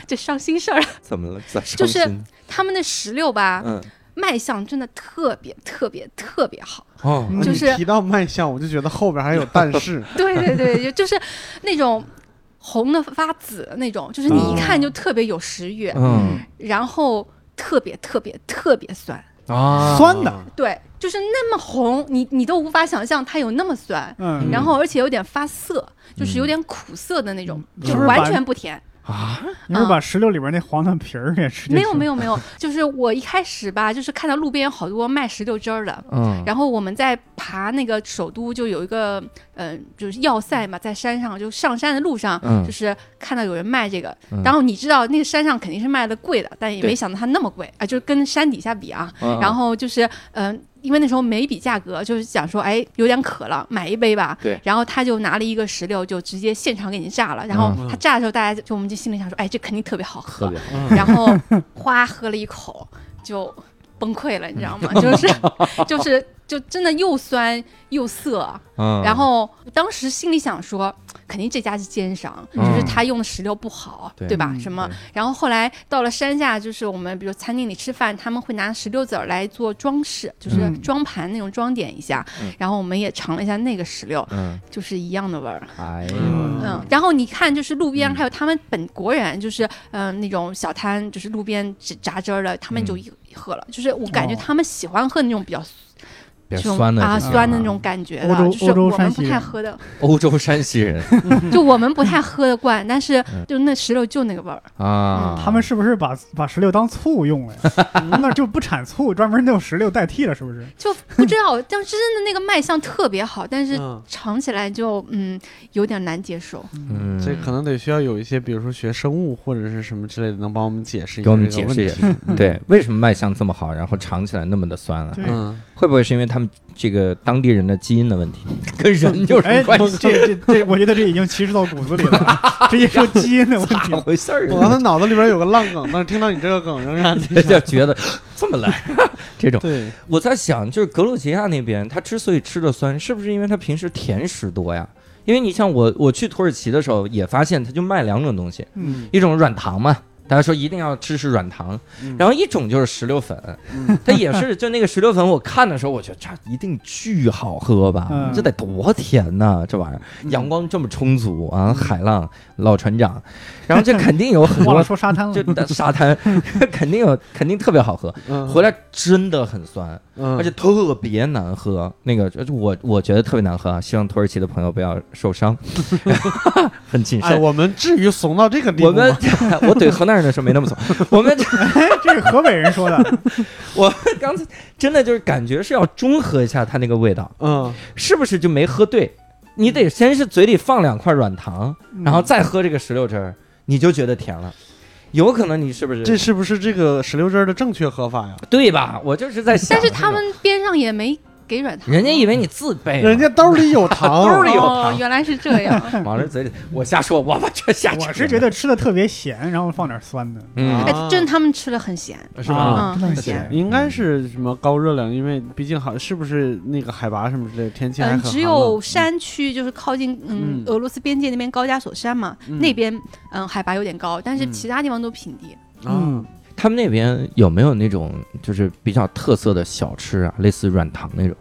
S5: 这伤心事儿了。
S1: 怎么了？咋伤
S5: 就是啊
S1: 心
S5: 他们的石榴吧，
S1: 嗯
S5: 卖相真的特别特别特别好。
S1: 哦
S5: 就
S3: 你
S5: 是
S3: 提到卖相，我就觉得后边还有但 是。
S5: 对对对，就是那种红的发紫那种，就是你一看就特别有食欲，
S1: 嗯
S5: 然后特别特别特别酸。
S1: 啊
S2: 酸的，
S5: 对，就是那么红，你你都无法想象它有那么酸，
S2: 嗯，
S5: 然后而且有点发涩，就是有
S1: 嗯
S5: 点苦涩的那种，
S2: 嗯
S5: 就是
S2: 不是
S5: 完
S2: 把
S5: 全不甜。
S1: 啊，
S2: 你是把石榴里边那黄糖皮儿也吃进去？
S5: 嗯没有没有没有，就是我一开始吧，就是看到路边有好多卖石榴汁儿的。
S1: 嗯
S5: 然后我们在爬那个呃首都，就有一个，嗯、就是要塞嘛，在山上，就上山的路上，
S1: 嗯
S5: 就是看到有人卖这个，
S1: 嗯
S5: 然后你知道那个山上肯定是卖的贵的，但也
S1: 对
S5: 没想到它那么贵啊，就是跟山底下比啊。
S1: 嗯
S5: 然后就是嗯、呃因为那时候每笔价格就是想说，哎，有点渴了，买一杯吧。
S1: 对
S5: 然后他就拿了一个石榴，就直接现场给你榨了。然后
S3: 嗯
S5: 他榨的时候，大家就就我们就心里想说，哎，这肯定特别好
S1: 特
S5: 喝。
S1: 别好，
S5: 然后哗喝了一口就崩溃了，你知道吗？
S1: 嗯
S5: 就是就是 就真的又酸又涩。
S1: 嗯
S5: 然后当时心里想说，肯定这家是奸商，就是
S1: 嗯
S5: 他用的石榴不好，
S1: 对
S5: 对吧
S2: 嗯？
S5: 什么
S1: 对？
S5: 然后后来到了山下，就是我们比如餐厅里吃饭，他们会拿石榴籽儿来做装饰，就是
S2: 嗯
S5: 装盘那种装点一下。
S1: 嗯
S5: 然后我们也尝了一下那个石榴，
S1: 嗯，
S5: 就是一样的味儿。
S1: 哎呦，
S3: 嗯
S5: 嗯，然后你看，就是路边
S1: 嗯
S5: 还有他们本国人，就是嗯、呃那种小摊，就是路边只榨汁儿的，
S1: 嗯
S5: 他们就一喝了。就是我感觉
S2: 哦
S5: 他们喜欢喝那种比较
S1: 比
S5: 这
S1: 较
S5: 种
S1: 酸的
S5: 啊
S1: 这种
S5: 酸的
S1: 啊
S5: 那种感觉
S2: 欧
S5: 的，
S2: 洲
S5: 就是
S2: 欧洲
S5: 我
S2: 山
S5: 们
S2: 西
S5: 不太
S2: 人
S5: 喝的，
S1: 欧洲山西人
S5: 就我们不太喝得惯，但是
S1: 嗯
S5: 就那石榴就那个味儿。
S1: 啊，
S5: 嗯
S2: 他们是不是把把石榴当醋用了呀？ 那就不产醋，专门用石榴代替了，是不是？
S5: 就不知道，但是真的那个卖相特别好，但是
S3: 嗯
S5: 尝起来就嗯有点难接受。
S1: 嗯，
S3: 这可能得需要有一些，比如说学生物或者是什么之类的，能帮我们解释一
S1: 给
S3: 下
S1: 我
S3: 这
S1: 们
S3: 个
S1: 解
S3: 问
S1: 释
S3: 题
S1: 一。 对，为什么卖相这么好，然后尝起来那么的酸啊？
S2: 对
S3: 嗯，
S1: 会不会是因为他们这个当地人的基因的问 题，跟人有什么
S2: 哎，这
S1: 关系？
S2: 这这，我觉得这已经歧视到骨子里 了。啊这一说基因的问
S1: 咋
S2: 题，
S1: 回事儿
S3: 我刚才
S5: 哎
S1: 啊？
S3: 脑子里边有个烂梗，但是听到你这个梗仍然
S1: 就觉得这么来， 这种
S3: 对，
S1: 我在想，就是格鲁吉亚那边，他之所以吃的酸，是不是因为他平时甜食多呀？因为你像我，我去土耳其的时候也发现，他就卖两种东西，
S2: 嗯，
S1: 一种软糖嘛，大家说一定要支持软糖，
S3: 嗯
S1: 然后一种就是石榴粉，
S3: 嗯
S1: 它也是就那个石榴粉，我看的时候我觉得这一定巨好喝吧，
S2: 嗯
S1: 这得多甜呐、这玩意儿
S3: 嗯
S1: 阳光这么充足啊，海浪老船长，然后这肯定有很
S2: 忘 了
S1: 多。
S2: 说沙滩了。
S1: 就沙滩 肯定有，肯定特别好喝。
S3: 嗯
S1: 回来真的很酸，
S3: 嗯，
S1: 而且特别难喝。那个就我我觉得特别难喝啊，希望土耳其的朋友不要受伤， 很谨慎
S3: 哎，。我们至于怂到这个地步
S1: 我
S3: 吗？
S1: 们 我怼河南人的时候没那么怂， 我们
S2: 这是河北人说 的，
S1: 我们刚才真的就是感觉是要中和一下它那个味道，
S3: 嗯，
S1: 是不是就没喝对？你得先是嘴里放两块软糖，
S2: 嗯
S1: 然后再喝这个石榴汁儿，你就觉得甜了。有可能你是不是
S3: 这是不是这个石榴汁儿的正确喝法呀？
S1: 对吧？我就是在想
S5: 但
S1: 这
S5: 是
S1: 个，
S5: 他们边上也没给软糖，
S1: 人家以为你自卑啊呢，
S3: 人家兜里有
S1: 哎 兜
S3: 糖
S1: 里，有
S5: 哦
S1: 糖，
S5: 原来是这 样。
S1: 往人嘴里，我瞎说，我把这瞎扯。
S2: 我是觉得吃的特别咸，然后放点酸的，
S1: 嗯
S5: 哎
S3: 啊，
S5: 真的他们吃的很咸，
S3: 是吧？
S5: 嗯
S2: 真的很
S5: 咸
S2: 咸。
S3: 应该是什么高热量？因为毕竟好，是不是那个海拔什么之类的，天气还
S5: 嗯，
S3: 很
S5: 只
S3: 寒冷
S5: 有山区就是靠近嗯
S3: 嗯
S5: 俄罗斯边界那边高加索山嘛，
S3: 嗯
S5: 那边嗯海拔有点高，但是
S3: 嗯
S5: 其他地方都平地。嗯
S3: 啊，
S1: 他们那边有没有那种就是比较特色的小吃啊，类似软糖那种？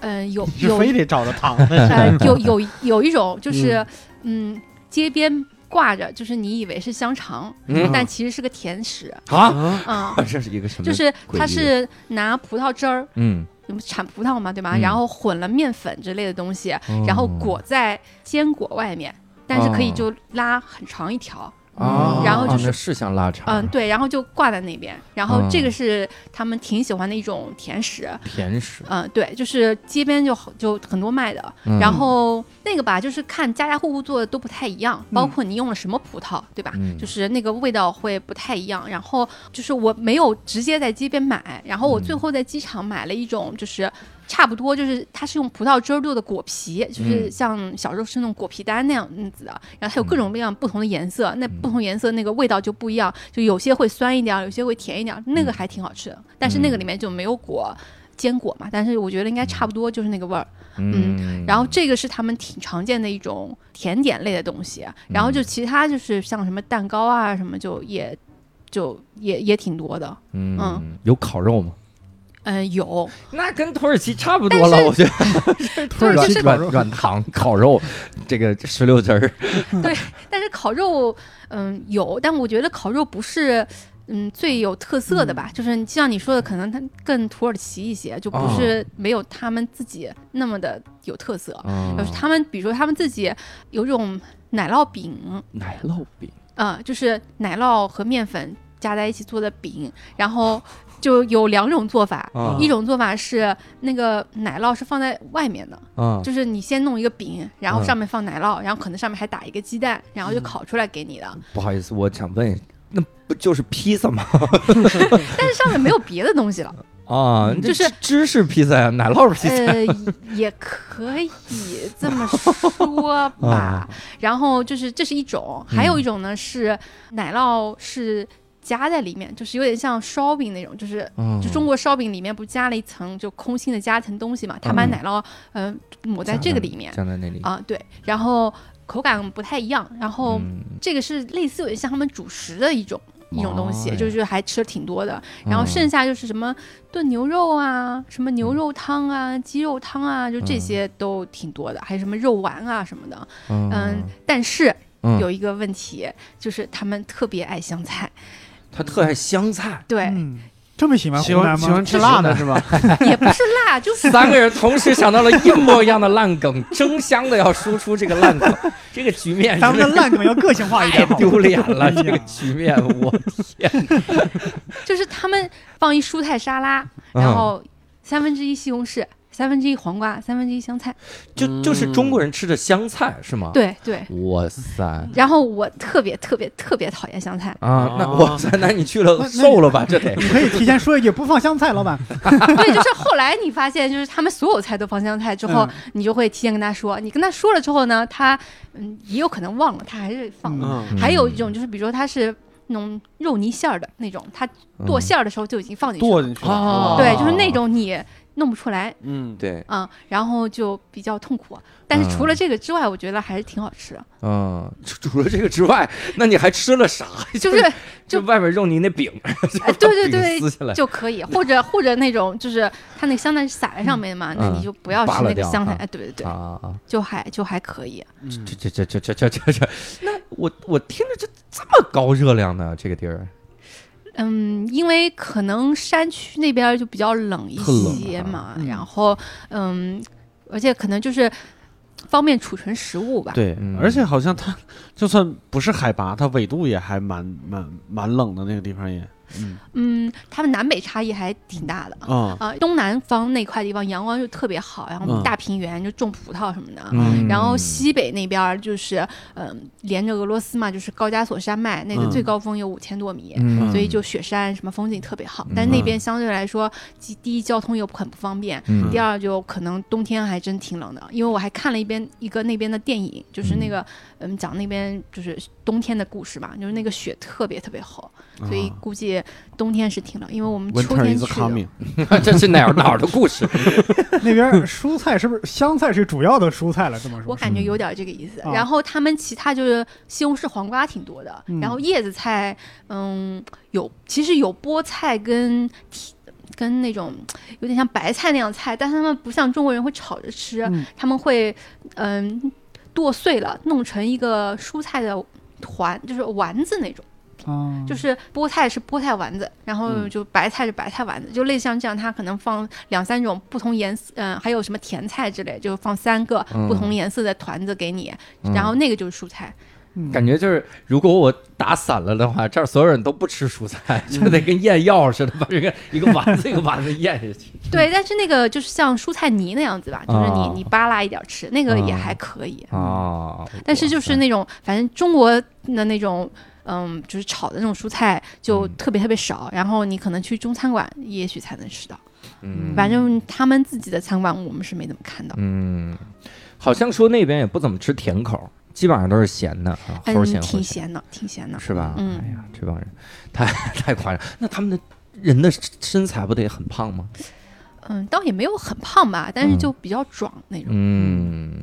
S5: 嗯，有
S3: 是
S5: 有
S3: 非得找着 糖
S5: 呃， 有有有一种就是，嗯，街边挂着，就是你以为是香肠，
S1: 嗯
S5: 但其实是个甜 食，
S1: 啊，
S3: 啊？
S5: 啊，
S1: 这是一个什么？
S5: 就是
S1: 诡
S5: 它
S1: 异
S5: 是拿葡萄汁儿，
S1: 嗯，
S5: 你们产葡萄嘛，对吧？
S1: 嗯哦
S5: 然后混了面粉之类的东西，然后裹在坚果外面，但是可以
S1: 哦
S5: 就拉很长一条，
S1: 啊，
S5: 然后就
S1: 哦
S5: 是
S1: 那是像腊肠，
S5: 嗯，，对，然后就挂在那边，然后
S1: 哦
S5: 这个是他们挺喜欢的一种甜食，
S1: 甜食，
S5: 嗯，对，就是街边就好就很多卖的，
S1: 嗯
S5: 然后那个吧，就是看家家户户做的都不太一样，包
S2: 嗯
S5: 括你用了什么葡萄，对吧？
S1: 嗯
S5: 就是那个味道会不太一样。然后就是我没有直接在街边买，然后我最
S1: 嗯
S5: 后在机场买了一种，就是差不多就是它是用葡萄汁儿做的果皮，就是
S1: 嗯
S5: 像小时候吃那种果皮丹那样子的，然后它有各
S1: 嗯
S5: 种各样不同的颜色，那不同颜色那个味道就不一样，就有些会酸一点儿，有些会甜一点儿，那
S1: 嗯
S5: 个还挺好吃的，但是那个
S1: 嗯
S5: 里面就没有果。坚果嘛，但是我觉得应该差不多就是那个味儿，
S1: 嗯
S5: 然后这个是他们挺常见的一种甜点类的东西，啊
S1: 嗯
S5: 然后就其他就是像什么蛋糕啊什么，就也就也也挺多的。
S1: 嗯
S5: 嗯，
S1: 有烤肉吗？
S5: 嗯，有，
S1: 那跟土耳其差不多了，我觉得是土耳
S5: 但
S1: 其
S5: 是
S1: 软软糖、烤肉，这个石榴汁儿，
S5: 但是烤肉，嗯，有，但我觉得烤肉不是。嗯，最有特色的
S1: 嗯
S5: 吧，就是就像你说的，可能它更土耳其一些，就不
S1: 哦
S5: 是没有他们自己那么的有特色。
S1: 嗯
S5: 就是他们，比如说他们自己有种奶酪饼，
S1: 奶酪饼，
S5: 呃，就是奶酪和面粉加在一起做的饼，然后就有两种做法，
S1: 嗯
S3: 啊
S5: 一种做法是那个奶酪是放在外面的，
S1: 哦嗯
S3: 啊
S5: 就是你先弄一个饼，然后
S3: 嗯
S5: 上面放奶酪，然后可能上面还打一个鸡蛋，然后就烤出来给你的。
S1: 哦不好意思，我想问，那不就是披萨吗？
S5: 但是上面没有别的东西了，
S1: 啊，
S5: 嗯就
S1: 这
S5: 是
S1: 芝士披萨呀，奶酪披萨。
S5: 呃，也可以这么说吧。然后就是这是一种，还有一种呢是奶酪是夹在里面，就是有点像烧饼那种，就是。
S3: 嗯
S5: 就中国烧饼里面不是加了一层就空心的加一层东西嘛？他把
S1: 嗯
S5: 奶酪嗯、呃抹在这个里面
S1: 站在那里，
S5: 啊，对，然后口感不太一样，然后
S1: 嗯
S5: 这个是类似有点像他们主食的一种一种东
S1: 妈
S5: 西，
S1: 呀
S5: 就是还吃的挺多
S1: 哦
S5: 的。然后剩下就是什么炖牛肉啊，什么
S1: 嗯
S5: 牛肉汤啊、鸡肉汤啊，就这些都挺多的，还有什么肉丸啊什么的。
S1: 嗯
S5: 嗯，但是
S1: 嗯
S5: 有一个问题，就是他们特别爱香菜，。
S1: 他特爱香菜
S5: 对，
S2: 嗯，这么喜欢
S3: 喜
S2: 湖
S3: 欢
S2: 南
S3: 喜欢
S2: 吗？
S3: 吃辣的 是吧？
S5: 也不是辣，就是
S1: 三个人同时想到了一模一样的烂 梗，争相的要输出这个烂梗， 这个局面
S2: 咱们的
S1: 真的
S2: 烂梗要个性化一
S1: 太
S2: 点，好吗
S1: 丢脸了，嗯
S2: 哎呀
S1: 这个局面我
S5: 就是他们放一蔬菜沙拉，
S3: 嗯
S5: 然后三分之一西红柿。三分之一黄瓜，三分之一香菜，
S1: 就就是中国人吃的香菜是吗？，
S5: 对对。
S1: 哇塞
S5: 然后我特别特别特别讨厌 香菜，
S1: 啊，那
S3: 哦
S1: 哇塞， 那你去
S2: 那
S1: 了
S2: 那
S1: 瘦了吧？这得
S2: 你可以提前说一句，不放香菜，老板。
S5: 对，就是后来你发现，就是他们所有菜都放香菜之后，
S2: 嗯
S5: 你就会提前跟他说。你跟他说了之后呢，他嗯也有可能忘了，他还是放了。
S3: 嗯，
S5: 还有一种就是，比如说他是那种肉泥馅儿的那种，他
S1: 嗯
S5: 剁馅儿的时候就已经放进去了。
S3: 剁进去了
S1: 哦
S5: 对，就是那种你弄不出来，
S3: 嗯，
S1: 对，
S5: 嗯，然后就比较痛苦。啊但是除了这个之外，我觉得还是挺好吃的，
S1: 嗯，除除了这个之外，那你还吃了啥？
S5: 就是
S1: 就外面肉泥那饼，
S5: 哎，对对
S1: 把
S5: 对
S1: 饼，撕下来
S5: 就可以，或者或者那种就是它那个香菜是撒在上面的嘛，那
S1: 嗯
S5: 你就不要吃
S1: 扒拉
S5: 那个
S1: 掉
S5: 香菜，
S1: 啊
S5: 哎，对对对，
S1: 啊啊！
S5: 就还就还可以。
S3: 嗯
S1: 这这这这这这这这，那我我听着这这么高热量呢，这个地儿
S5: 嗯，因为可能山区那边就比较冷一
S1: 特冷
S5: 些
S1: 啊
S5: 嘛，
S2: 嗯
S5: 然后嗯，而且可能就是方便储存食物吧。
S3: 对
S1: 嗯，
S3: 而且好像它就算不是海拔，它纬度也还蛮蛮蛮冷的那个地方也
S5: 嗯，他们南北差异还挺大的。
S3: 啊，
S5: 啊、东南方那块地方阳光就特别好，然后
S3: 嗯
S5: 大平原就种葡萄什么的，
S3: 嗯
S5: 然后西北那边儿就是，嗯、连着俄罗斯嘛，就是高加索山脉，那个
S3: 嗯
S5: 最高峰有五千多米，
S1: 嗯
S5: 所以就雪山什么风景特别好。
S1: 嗯
S5: 但那边相对来说，第第一交通又很不方便，
S1: 嗯
S5: 第二就可能冬天还真挺冷的。因为我还看了一边一个那边的电影，就是那个嗯讲那边就是冬天的故事嘛，就是那个雪特别特别厚，所以估计冬天是挺冷，因为我们秋
S3: 嗯 Winter
S5: 天
S3: is
S5: 去的。
S3: coming，
S1: 这是哪儿哪儿的故事？
S2: 那边儿蔬菜是不是香菜是主要的蔬菜了？这么
S5: 我
S2: 说，
S5: 感觉有点这个意思。
S2: 啊
S5: 然后他们其他就是西红柿、黄瓜挺多的，
S2: 嗯
S5: 然后叶子菜，嗯，有其实有菠菜跟提跟那种有点像白菜那样菜，但他们不像中国人会炒着吃，
S2: 嗯
S5: 他们会嗯剁碎了弄成一个蔬菜的团，就是丸子那种。
S2: 啊，
S5: 就是菠菜是菠菜丸子，然后
S3: 嗯
S5: 就白菜是白菜丸子，就类似像这样，它可能放两三种不同颜色，嗯，还有什么甜菜之类，就放三个
S1: 嗯
S5: 不同颜色的团子给你，
S1: 嗯
S5: 然后那个就是蔬菜。
S2: 嗯
S1: 感觉就是，如果我打散了的话，这儿所有人都不吃蔬菜，就得跟咽药似的，把这个一个丸子一个丸子咽下去。
S5: 对，但是那个就是像蔬菜泥那样子吧，就是你
S1: 哦
S5: 你扒拉一点吃，那个也
S1: 嗯
S5: 还可以。
S1: 啊！
S5: 但是就是那种，反正中国的那种，嗯，就是炒的那种蔬菜就
S1: 嗯
S5: 特别特别少，然后你可能去中餐馆也许才能吃到，
S1: 嗯
S5: 反正他们自己的餐馆我们是没怎么看到。
S1: 嗯，好像说那边也不怎么吃甜口，基本上都是咸的，啊齁咸
S5: 嗯，
S1: 齁
S5: 挺
S1: 咸，
S5: 咸的，挺咸的。
S1: 是吧？
S5: 嗯
S1: 哎呀，这帮人太太夸张。那他们的人的身材不得很胖吗？
S5: 嗯，倒也没有很胖吧，但是就比较壮那种。
S1: 嗯，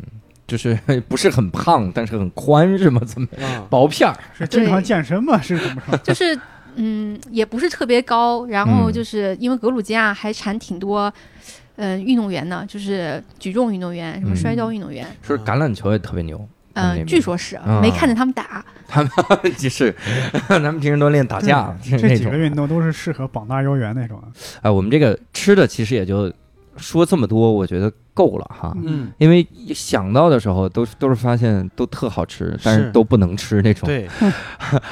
S1: 就是 不是很胖，但是很宽是吗？怎 么
S3: 啊
S1: 薄片儿？
S2: 是经常健身吗？是怎么说？
S5: 就是嗯，也不是特别高。然后
S1: 嗯
S5: 就是因为格鲁吉亚还产挺多，嗯、运动员呢，就是举重运动员，什么
S1: 嗯
S5: 摔跤运动员。
S1: 说橄榄球也特别牛。他们
S5: 嗯，
S1: 那边
S5: 据说是
S1: 啊
S5: 没看见他们打，
S1: 就是， 嗯咱们平时都练打架，是
S2: 这
S1: 那
S2: 几个
S1: 种。
S2: 运动都是适合膀大腰圆那种啊。
S1: 哎，我们这个吃的其实也就说这么多，我觉得够了哈。
S3: 嗯，
S1: 因为一想到的时候，都是都是发现都特好吃，但是
S3: 是
S1: 都不能吃那种。
S3: 对，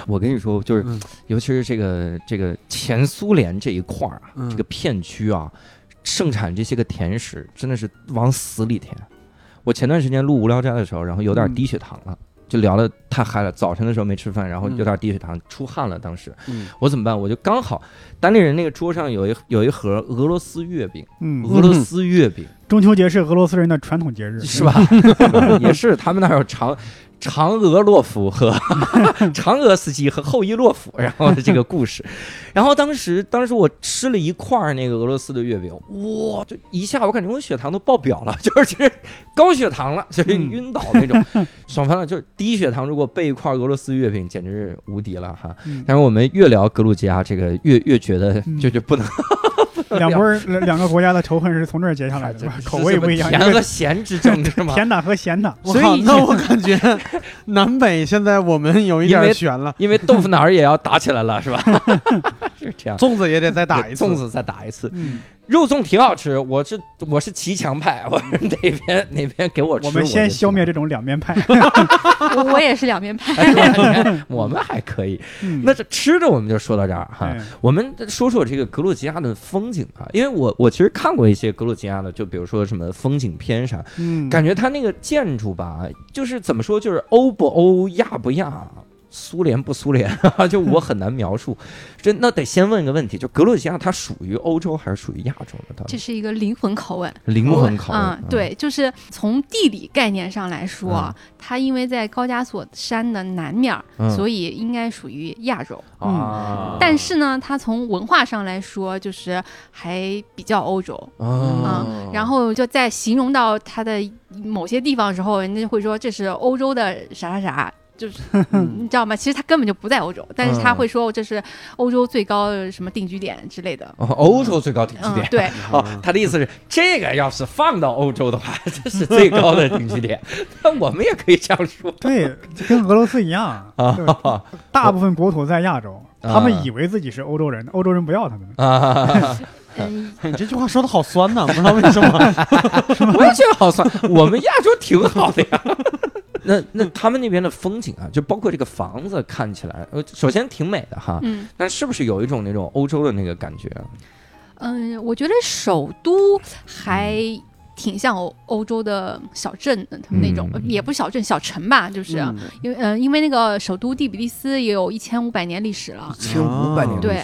S1: 我跟你说，就是
S3: 嗯
S1: 尤其是这个这个前苏联这一块儿啊，
S3: 嗯
S1: 这个片区啊，盛产这些个甜食，真的是往死里填。我前段时间录无聊斋的时候，然后有点
S3: 嗯
S1: 低血糖了，就聊的太嗨了。早晨的时候没吃饭，然后
S3: 嗯
S1: 有点低血糖，出汗了。当时
S3: 嗯
S1: 我怎么办？我就刚好单立人那个桌上有一有一盒俄罗斯月饼，
S2: 嗯，
S1: 俄罗斯月饼、
S2: 中秋节是俄罗斯人的传统节日，
S1: 是吧？ 也是他们那儿有长嫦娥洛夫和 嫦娥斯基和后羿洛夫，然后这个故事。 然后当时当时我吃了一块儿那个俄罗斯的月饼，哇，就一下我感觉我血糖都爆表了， 就是就是高血糖了，就是
S2: 嗯
S1: 晕倒那种，爽翻了。就是低血糖如果备一块俄罗斯月饼，简直是无敌了哈。
S2: 嗯？
S1: 但是我们越聊格鲁吉亚，这个越越觉得
S2: 嗯
S1: 就就不能
S2: 两拨儿 两两个国家的仇恨是从这儿结下来的，是吧
S1: 啊这
S2: 口味不一样，
S1: 甜
S2: 一
S1: 和
S2: 个
S1: 咸之争是 吗？
S2: 甜的和咸的。
S3: 我
S1: 所
S3: 靠
S1: 以
S3: 那我感 觉南北现在我们有一
S1: 因为
S3: 点悬了，
S1: 因为豆腐脑儿也要打起来了，是吧？ 是这样，
S3: 粽子也得再打一次，
S1: 粽子再打一次。
S2: 嗯，
S1: 肉粽挺好吃，我是我是骑墙派， 我是哪边哪边给我吃，
S2: 我
S1: 我
S2: 们先
S1: 就
S2: 消灭这种两面派。
S5: 我我也是两面派，
S1: 吃。是吧你看 我们还可以，
S2: 嗯
S1: 那这啊吃的我们就说到这儿哈。
S2: 哎
S1: 我们说说这个格鲁吉亚的风景啊，因为我我其实看过一些格鲁吉亚的，就比如说什么风景片啥，
S2: 嗯，
S1: 感觉它那个建筑吧，就是怎么说，就是欧不欧，亚不亚，苏联不苏联， 就我很难描述。这那得先问一个问题，就格鲁吉亚它属于欧洲还是属于亚洲呢？它
S5: 这是一个灵魂拷问。
S1: 灵魂拷问、
S5: 嗯，，对，就是从地理概念上来说，
S1: 嗯
S5: 它因为在高加索山的南面儿，
S1: 嗯
S5: 所以应该属于亚洲。
S1: 啊，
S5: 但是呢，它从文化上来说，就是还比较欧洲。
S1: 啊、
S5: 嗯，然后就在形容到它的某些地方的时候，人家会说这是欧洲的啥啥啥，就是
S3: 嗯
S5: 你知道吗？其实它根本就不在欧洲，但是他
S1: 嗯
S5: 会说这是欧洲最高的什么定居点之类的。
S1: 哦欧洲最高顶
S5: 嗯
S1: 级点。，
S5: 对，
S1: 哦，他的意思是，这个要是放到欧洲的话， 这是最高的顶级点。 那我们也可以这样说
S2: 对，跟俄罗斯一样，就是
S1: 啊
S2: 大部分国土在亚洲，
S1: 啊
S2: 他们以为自己是欧洲人，欧洲人不要他们。
S1: 啊！
S5: 嗯，
S3: 你哎这句话说的好酸呐，不知道为什 么。
S1: 我也觉得好 酸，我们亚洲挺好的呀。 嗯那那他们那边的风景啊，就包括这个房子看起来，呃，首先挺美的哈，
S5: 嗯
S1: 但是不是有一种那种欧洲的那个感觉啊？
S5: 嗯，我觉得首都还挺像欧欧洲的小镇的那种，
S1: 嗯
S5: 也不是小镇，小城吧，就是、
S1: 啊
S5: 因为嗯，因为那个首都第比利斯也有一千五百年历史了。
S1: 千500年历哦
S5: 对，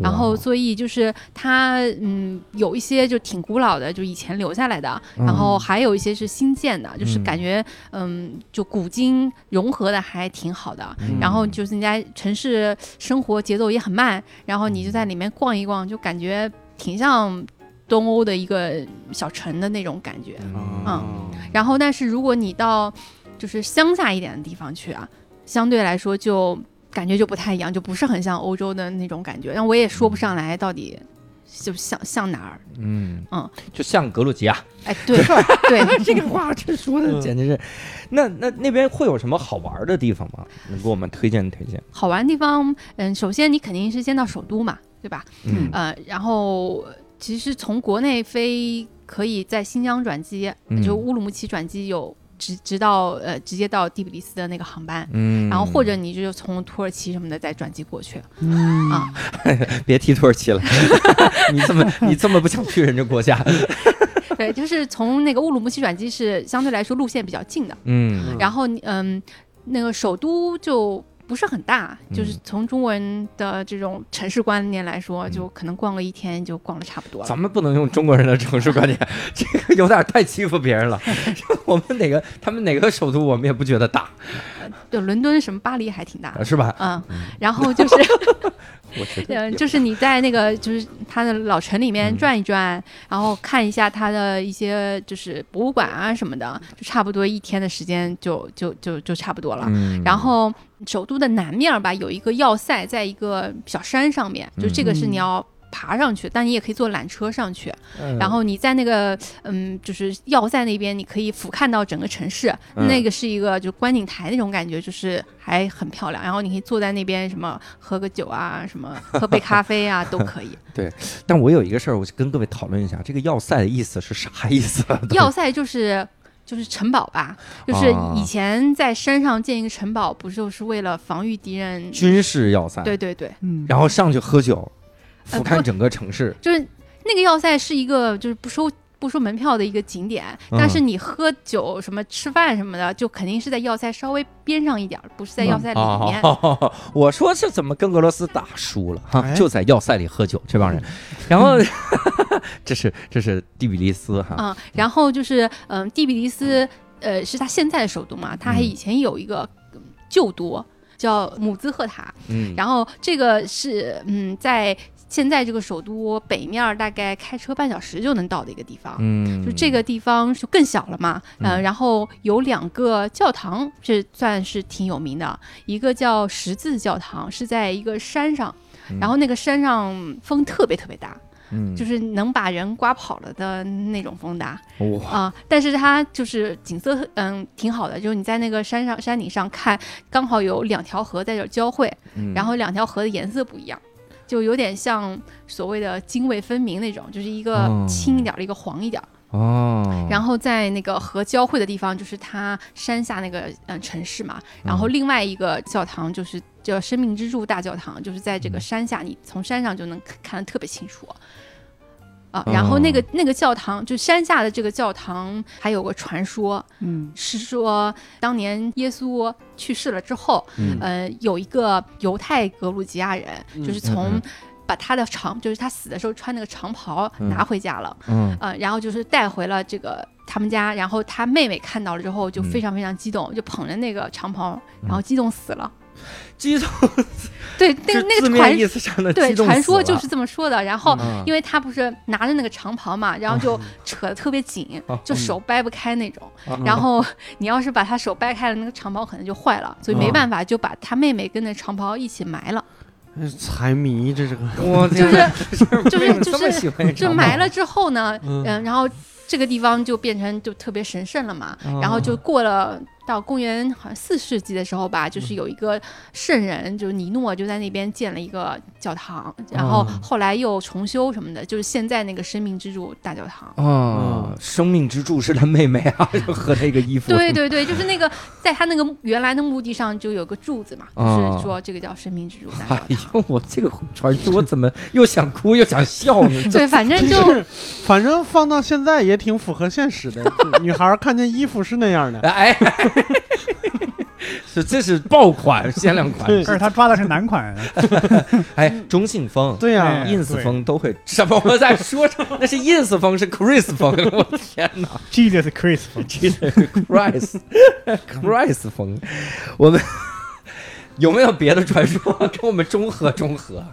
S5: 然后
S1: 哇哦
S5: 所以就是它，嗯，有一些就挺古老的，就以前留下来的，
S1: 嗯
S5: 然后还有一些是新建的，就是
S1: 嗯
S5: 感觉，嗯，就古今融合的还挺好的。
S1: 嗯
S5: 然后就是人家城市生活节奏也很慢，然后你就
S1: 嗯
S5: 在里面逛一逛，就感觉挺像东欧的一个小城的那种感觉。
S1: 嗯
S3: 哦
S5: 然后，但是如果你到就是乡下一点的地方去啊，相对来说就感觉就不太一样，就不是很像欧洲的那种感觉。然后我也说不上来到底就像像哪 儿。
S1: 嗯
S5: 嗯
S1: 就像格鲁吉 亚，嗯
S5: 哎，对对，
S1: 这个话这说
S3: 的
S1: 简直是，那那那边会有什么好玩的地方吗？能给我们推荐推荐？
S5: 好玩的地方，嗯，首先你肯定是先到首都嘛，对吧？
S1: 嗯
S5: 呃，然后其实从国内飞可以在新疆转机，
S1: 嗯
S5: 就乌鲁木齐转机有直直到呃直接到第比利斯的那个航班。
S1: 嗯
S5: 然后或者你就从土耳其什么的再转机过去，
S2: 嗯
S5: 啊
S1: 别提土耳 其了，你这么你这么不想去人家国家？
S5: 对，就是从那个乌鲁木齐转机是相对来说路线比较近的，
S1: 嗯
S5: 然后你嗯，那个首都就不是很大，就是
S1: 嗯
S5: 从中文的这种城市观念来说，就可能逛个一天就逛的差不多了。
S1: 咱们不能用中国人的城市观念，这个 有点太欺负别人 了。我们哪个他们哪个首都我们也不觉得大，
S5: 对，伦敦什么巴黎还挺大的。
S1: 是吧？
S5: 嗯，然 后就是，
S1: 我觉得
S5: 呃，就是你在那个就是它的老城里面
S1: 嗯
S5: 转一转，然后看一下它的一些就是博物馆啊什么的，就差不多一天的时间就就就就差不多了。
S1: 嗯
S5: 然后
S1: 嗯
S5: 首都的南面儿吧，有一个要塞，在一个小山上面，就这个是你要爬上去，但你也可以坐缆车上去。
S1: 嗯
S5: 然后你在那个嗯，就是要塞那边，你可以俯瞰到整个城市，
S1: 嗯
S5: 那个是一个就观景台那种感觉，就是还很漂亮。然后你可以坐在那边什么喝个酒啊，什么喝杯咖啡啊都 可以。
S1: 但我有一个事儿，我跟各位讨论一下，这个要塞的意思是啥意思？
S5: 要塞就是。就是城堡吧，就是
S1: 啊
S5: 以前在山上建一个城堡，不就是为了防御敌人？
S1: 军事要塞，
S5: 对对对，
S2: 嗯，
S1: 然后上去喝酒，俯
S5: 呃
S1: 瞰
S5: 不
S1: 整个城市，
S5: 就是那个要塞是一个就是不收不收门票的一个景点，
S1: 嗯
S5: 但是你喝酒什么吃饭什么的，就肯定是在要塞稍微边上一点儿，不是在要塞里
S1: 啊
S5: 面。
S1: 好好好 我说这怎么跟俄罗斯打输了哈？
S2: 哎
S1: 就在要塞里喝酒，这帮
S5: 嗯
S1: 人。然后， 这是这是第比利斯哈，
S5: 嗯，然后就是嗯，第比利斯呃是它现在的首都嘛，它还
S1: 嗯
S5: 以前有一个嗯旧都叫姆兹赫塔，
S1: 嗯，
S5: 然后这个是嗯在现在这个首都北面儿大概开车半小时就能到的一个地方。
S1: 嗯，
S5: 就这个地方就更小了嘛，嗯、
S1: 嗯
S5: 然后有两个教堂，这算是挺有名的，一个叫十字教堂，是在一个山上，
S1: 嗯，
S5: 然后那个山上风特别特别大，
S1: 嗯，
S5: 就是能把人刮跑了的那种风大
S1: 哇，
S5: 啊、但是它就是景色嗯挺好的，就是你在那个山上山顶上看，刚好有两条河在这儿交汇，
S1: 嗯
S5: 然后两条河的颜色不一样。就有点像所谓的泾渭分明那种，就是一个
S1: 哦
S5: 青一点儿，一个黄一点儿。
S1: 哦，
S5: 然后在那个河交汇的地方，就是它山下那个呃城市嘛。然后
S1: 嗯
S5: 另外一个教堂就是叫生命之柱大教堂，就是在
S1: 嗯
S5: 这个山下，你从山上就能看看得特别清楚。啊，
S1: 哦
S5: 然后那个、那个教堂，就山下的这个教堂，还有个传说
S2: 嗯
S5: 是说，当年耶稣去世了之后，
S1: 嗯
S5: 呃，有一个犹太格鲁吉亚人，就是
S1: 嗯
S5: 从
S1: 嗯
S5: 把他的长，就是他死的时候穿那个长袍
S1: 嗯
S5: 拿回家了，
S1: 嗯
S5: 呃，然后就是带回了这个他们家，然后他妹妹看到了之后就
S1: 嗯
S5: 非常非常激动，就捧着那个长袍，然后激动死了。
S1: 激动，
S5: 对，那个那
S1: 字
S5: 个
S1: 面
S5: 传
S1: 意思上的
S5: 对
S1: 激动
S5: 传
S1: 死
S5: 说就
S1: 了
S3: 啊
S5: 是这么说的。然后
S1: 嗯
S5: 因为他不是拿着那个长袍嘛，然后就 扯得特别紧，
S1: 啊
S5: 就手掰不开那种。
S1: 啊
S5: 然后 你要是把他手掰开了，那个长袍可能就坏了，所以
S1: 啊
S5: 没办法，就把他妹妹跟那长袍一起埋了。
S3: 哎财迷，这是个
S1: 我
S5: 就是
S1: 天 哪
S5: 就是
S1: 为什么
S5: 就
S1: 这
S5: 是
S1: 么喜 欢
S5: 就
S1: 长
S5: 埋
S1: 毛
S5: 了之后呢，
S3: 嗯
S5: 嗯，然后这个地方就变成就特别神圣了嘛。
S1: 哦
S5: 然后就过了到公元好像四世纪的时候吧，
S1: 嗯
S5: 就是有一个圣人，就是尼诺，就在那边建了一个教堂，然后
S1: 哦
S5: 后来又重修什么的，就是现在那个生命之柱大教堂。
S1: 啊，生命之柱是他妹妹啊， 就和那个衣服，
S5: 对对对，就是那个，在他那个原来的墓地上就有个柱子嘛，
S1: 哦
S5: 就是说这个叫生命之柱大
S1: 哎
S5: 教堂。
S1: 呦，我这个传说怎么又想哭又想笑呢？
S5: 对，反正就
S3: 就是， 反正放到现在也挺符合现 实的。就女孩儿看见衣服是那样的，
S1: 哎， 是这是爆款限量款，
S3: 对
S2: 而且他抓的是男款，
S1: 哎，中性风。
S3: 对呀、
S2: 哎
S1: ins 风都会什么？我在说什么？那是 ins 风，是 Chris 风。我天哪
S2: Jesus Christ，
S1: ，Chris Chris 风，我们有没有别的传说跟我们中和中和啊？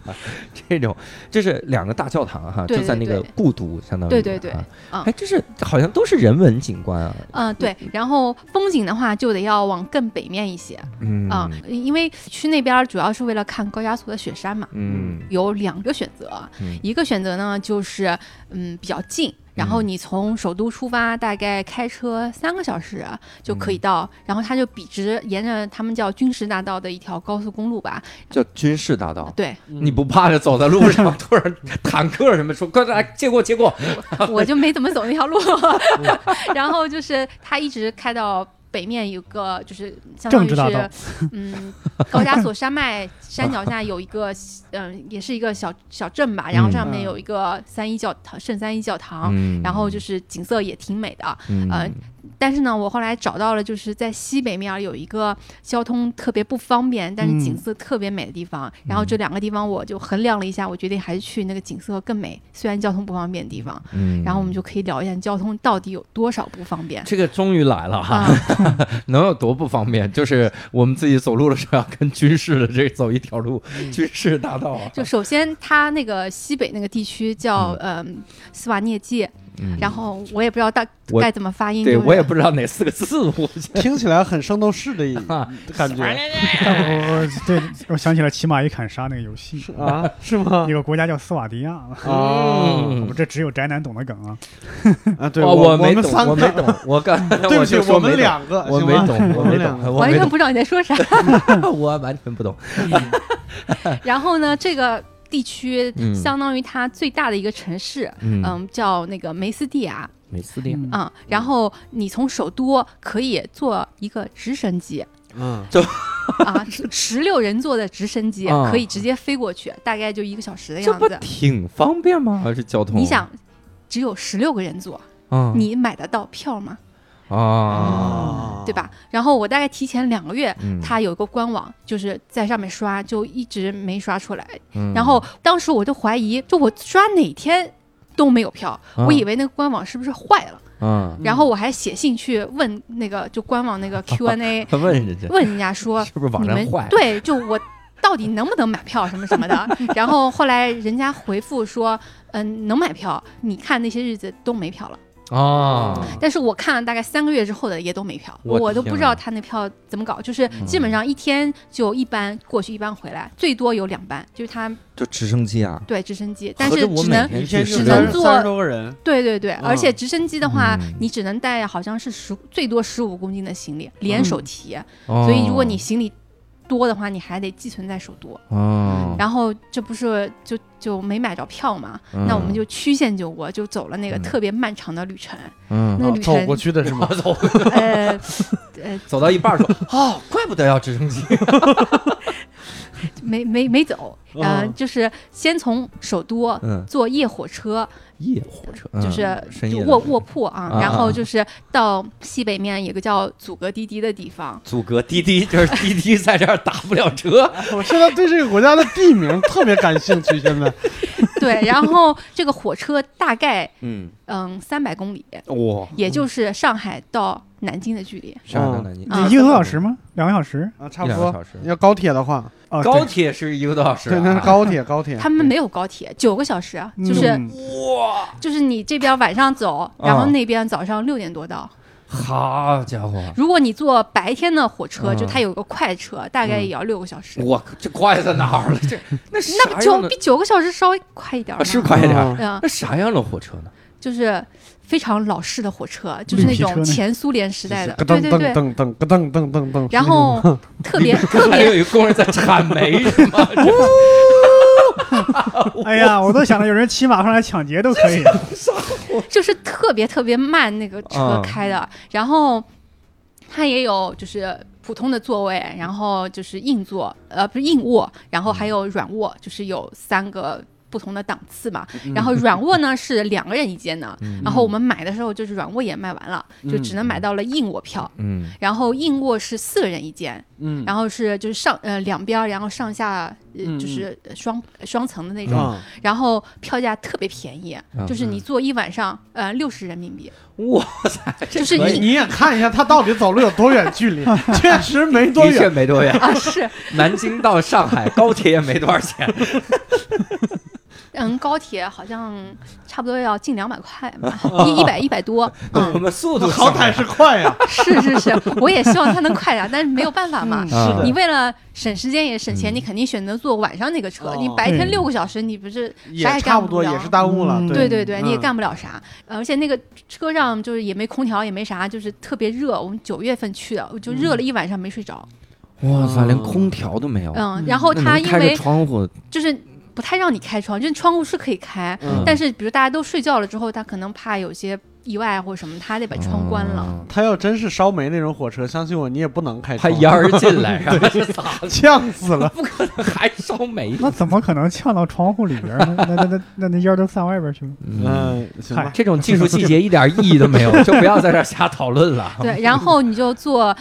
S1: 这种这是两个大教堂啊哈，
S5: 对
S1: 就在那
S5: 对
S1: 个
S5: 对
S1: 故都，相当于
S5: 对对对
S1: 啊
S5: 嗯
S1: 哎，这是好像都是人文景观啊。
S5: 嗯对，然后风景的话就得要往更北面一些，
S1: 嗯
S5: 啊、因为去那边儿主要是为了看高加索的雪山嘛。
S1: 嗯
S5: 有两个选择，
S1: 嗯
S5: 一个选择呢就是嗯比较近，然后
S1: 嗯
S5: 你从首都出发，大概开车三个小时就可以
S1: 嗯
S5: 到，然后它就笔直沿着他们叫军事大道的一条高速公路吧，
S1: 叫军事大道。
S5: 对
S1: 你不怕这走在路 上突然坦克什么说快
S3: 嗯
S1: 来借过借过？
S5: 我就没怎么走那条路， 然后就是它一直开到。北面有个就是相当于
S2: 政治大道
S5: 是，嗯，高加索山脉山脚下有一个，嗯，也是一个小小镇吧，然后
S1: 嗯
S5: 上面有一个三一教堂，圣三一教堂，
S1: 嗯
S5: 啊然后就是景色也挺美的。
S1: 嗯
S5: 呃但是呢，我后来找到了，就是在西北面有一个交通特别不方便，
S2: 嗯
S5: 但是景色特别美的地方。然后这两个地方我就衡量了一下，我决定还是去那个景色更美，虽然交通不方便的地方。
S1: 嗯
S5: 然后我们就可以聊一下交通到底有多少不 方便。
S1: 这个终于来了哈
S5: 啊，，
S1: 能有多不方便？就是我们自己走路的时候要跟军事的这走一条路，
S5: 嗯
S1: 军事大道啊。
S5: 就首先它那个西北那个地区叫呃斯瓦涅季，
S1: 嗯
S5: 然后我也不知道大
S1: 我
S5: 该怎么发音，
S1: 嗯对
S5: 就是
S1: 我也不知道哪四个字，我
S3: 听起来很圣斗士 的一感觉
S2: 我我对，我想起了骑马与砍杀那个游戏，
S3: 啊，是吗
S2: 有？个国家叫斯瓦迪亚，
S3: 啊
S1: 嗯
S2: 我这只有宅男懂的梗啊。
S3: 啊，对，
S1: 哦
S3: 我
S1: 没
S3: 们
S1: 懂，
S3: 三
S1: 我
S3: 个，
S1: 没懂，我 刚
S3: 对不
S1: 我
S3: 起，
S1: 就说
S3: 我
S1: 没
S3: 们
S1: 懂，
S3: 两个，
S1: 我
S3: 行
S1: 没
S3: 吗
S1: 懂，我
S3: 们
S1: 没
S3: 两个
S1: 懂，我
S5: 完
S1: 没
S5: 全
S1: 懂，
S5: 不知道你 在说啥。
S1: 我完全不懂。
S5: 然后呢，这个地区
S1: 嗯
S5: 相当于它最大的一个城市，
S1: 嗯
S5: 嗯，叫那个梅斯蒂亚
S1: 每次练
S2: 嗯
S5: 啊。然后你从首都可以坐一个直 升机
S3: 嗯，
S5: 啊，十六人座的直升机
S1: 啊
S5: 可以直接飞过去，大概就一个小时的
S1: 这
S5: 样
S1: 不
S5: 子。
S1: 挺方便吗？还是交通？
S5: 你想，只有十六个人坐，
S1: 啊，
S5: 你嗯买得到票吗？
S1: 啊，
S3: 啊
S5: 对？吧？然后我大概提前两个月，
S1: 嗯
S5: 它有一个官网，就是在上面刷，就一直没刷出来。
S1: 嗯
S5: 然后当时我就怀疑，就我刷哪天都没有票，
S1: 啊
S5: 我以为那个官网是不是坏了？
S1: 啊，
S5: 然后我还写信去问那个就官网 那个 Q&A，
S1: 他问人家
S5: 问人家说
S1: 是不是网
S5: 你
S1: 站
S5: 们
S1: 坏？
S5: 对，就我到底能不能买票什么什 么的。然后后来人家回复说，嗯，能买票，你看那些日子都没票了。
S1: 啊，
S5: 但是我看了大概三个月之后的也都没票，
S1: 我
S5: 我
S1: 的
S5: 都
S1: 天啊嗯
S5: 不知
S1: 呐
S5: 道他那票怎么搞，就是基本上一天就一班过去，一班回来，最多有两班，就是他
S1: 就直升机啊，
S5: 对直升机，但
S1: 合
S5: 是
S1: 着我
S5: 只
S1: 每
S5: 能
S1: 天
S3: 一天
S1: 去
S3: 就
S5: 只
S1: 是
S5: 能
S3: 三
S5: 坐
S3: 三十多个人，
S5: 对对对，而且
S3: 嗯
S5: 直升机的话
S1: 嗯，
S5: 你只能带好像是十最多十五公斤的行李，连
S3: 嗯
S5: 手提，
S1: 哦
S5: 所以如果你行李多的话，你还得寄存在首都。
S1: 哦，
S5: 然后这不是就就没买着票嘛，
S1: 嗯
S5: 那我们就曲线救国，就走了那个
S1: 嗯
S5: 特别漫长的旅 程。
S1: 嗯
S5: 那
S3: 啊
S5: 旅
S3: 走
S5: 程
S3: 过去的是吗？
S1: 走
S5: 呃呃，
S1: 走到一半儿 说哦， 怪不得要直升机，
S5: 没没没走，呃，
S3: 嗯
S5: 就是先从首都
S1: 嗯，
S5: 坐夜火车，
S1: 夜火车嗯
S5: 就是
S1: 深
S5: 就
S1: 夜
S5: 卧
S1: 的
S5: 卧铺啊，
S1: 啊
S5: 然
S1: 啊
S5: 后就是到西北面有个叫阻隔滴滴的地方。
S1: 阻隔滴滴，就是滴滴在这儿打不了车，
S3: 我现在对这个国家的地名特别感兴趣，现在
S5: 对，然后这个火车大概
S1: 嗯，
S5: 嗯三百公里，
S1: 哇，
S5: 也就是上海到南京的距离。
S1: 上海南京
S5: 嗯啊
S2: 一个多小时吗？两个小时？
S3: 啊，差
S1: 一
S3: 不
S1: 两个小
S3: 多
S1: 时。
S3: 要高铁的话，
S2: 哦，
S1: 高
S2: 对
S1: 铁是一个多小时啊，
S3: 对，那是高铁，高
S1: 嗯
S3: 铁。嗯
S5: 他们没有高铁，九个小时啊，就是、
S2: 嗯
S1: 哇，
S5: 就是你这边晚上
S1: 啊
S5: 走，然后那边早上六点多到。
S1: 好家伙，
S5: 如果你坐白天的火车，
S1: 嗯
S5: 就它有个快车，大概也要六个小时，
S1: 我这快在哪儿了？这那
S5: 那
S1: 啥
S5: 不
S1: 样
S5: 就
S1: 的
S5: 比九个小时稍微快一点儿
S1: 啊
S5: 吗？
S1: 是快一点儿，
S5: 嗯，
S1: 那啥样的火车呢？
S5: 就是非常老式的火车，就是那
S2: 绿皮车
S5: 种
S2: 呢
S5: 前苏联时代的，
S3: 咯
S5: 对
S3: 噔
S5: 对
S3: 噔
S5: 对。
S3: 嗯噔噔咯噔噔噔噔。
S5: 然后 特别特
S1: 还
S5: 别
S1: 有一个工人在铲煤是 吗？
S2: 哎呀，我都想着有人骑马上来抢劫都可以。
S5: 就是特别特别慢那个车
S1: 嗯
S5: 开的，然后它也有就是普通的座位，然后就是硬座，呃，不是硬卧，然后还有软卧，就是有三个。不同的档次嘛，然后 软卧呢是两个人一间的，
S1: 嗯
S5: 然后我们买的时候就是软卧也卖完了，就只能买到了硬卧票，
S1: 嗯
S5: 然后硬卧是四个人一间，
S3: 嗯
S5: 然后是就是上呃两边儿，然后上下呃
S3: 嗯嗯
S5: 就是双双层的那种，
S3: 啊，
S5: 然后票价特别便宜，
S1: 嗯
S5: 就是你坐一晚上，呃，六十人 民币，
S1: 哇塞，
S5: 就
S1: 这
S5: 是
S1: 可以
S5: 你
S3: 你也看一下他到底走了有多远距 离，确实没多
S1: 的确
S3: 远。
S1: 没多 远，
S5: 啊，是
S1: 南京到上海高铁也没多少钱，
S5: 嗯，高铁好像差不多要近两百块 吧，一一百一百多，
S1: 我
S5: 嗯，
S1: 们速度
S3: 好歹是快呀，
S5: 是是是，我也希望它能快点，但是没有办法嘛。
S1: 啊
S5: 你为了省时间也省钱，
S1: 嗯
S5: 你肯定选择坐晚上那个车。
S3: 哦
S5: 你白天
S2: 嗯
S5: 六个小时，你不是
S3: 也
S5: 啥也
S3: 差
S5: 干
S3: 不多，
S5: 了
S3: 也是耽误了。
S2: 嗯
S5: 对对对，
S3: 嗯
S5: 你也干不了啥，而且那个车上就是也没空调，也没啥，就是特别热。我们九月份去的，我就
S1: 嗯
S5: 热了一晚上没睡着。
S1: 哇塞，连空调都没有。
S5: 嗯，然后
S1: 哦那
S5: 它
S1: 能
S5: 因
S1: 开
S5: 为
S1: 个窗户，
S5: 就是不太让你开窗，就是窗户是可以开，
S3: 嗯
S5: 但是比如大家都睡觉了之后，他可能怕有些意外或者什么，他得把窗关了。
S1: 嗯，
S3: 他要真是烧煤那种火车，相信我，你也不能开
S1: 怕
S3: 窗。
S1: 烟儿进 来，然后就咋了？
S3: 呛死了。
S1: 不可能还烧煤？
S2: 那怎么可能呛到窗户里边呢？那那那那那烟儿都散外边去了。
S1: 嗯，
S3: 嗯，行吧
S2: 嗨。
S1: 这种技术细节一点意义都没有，就不要在这儿瞎讨论了。
S5: 对，然后你就坐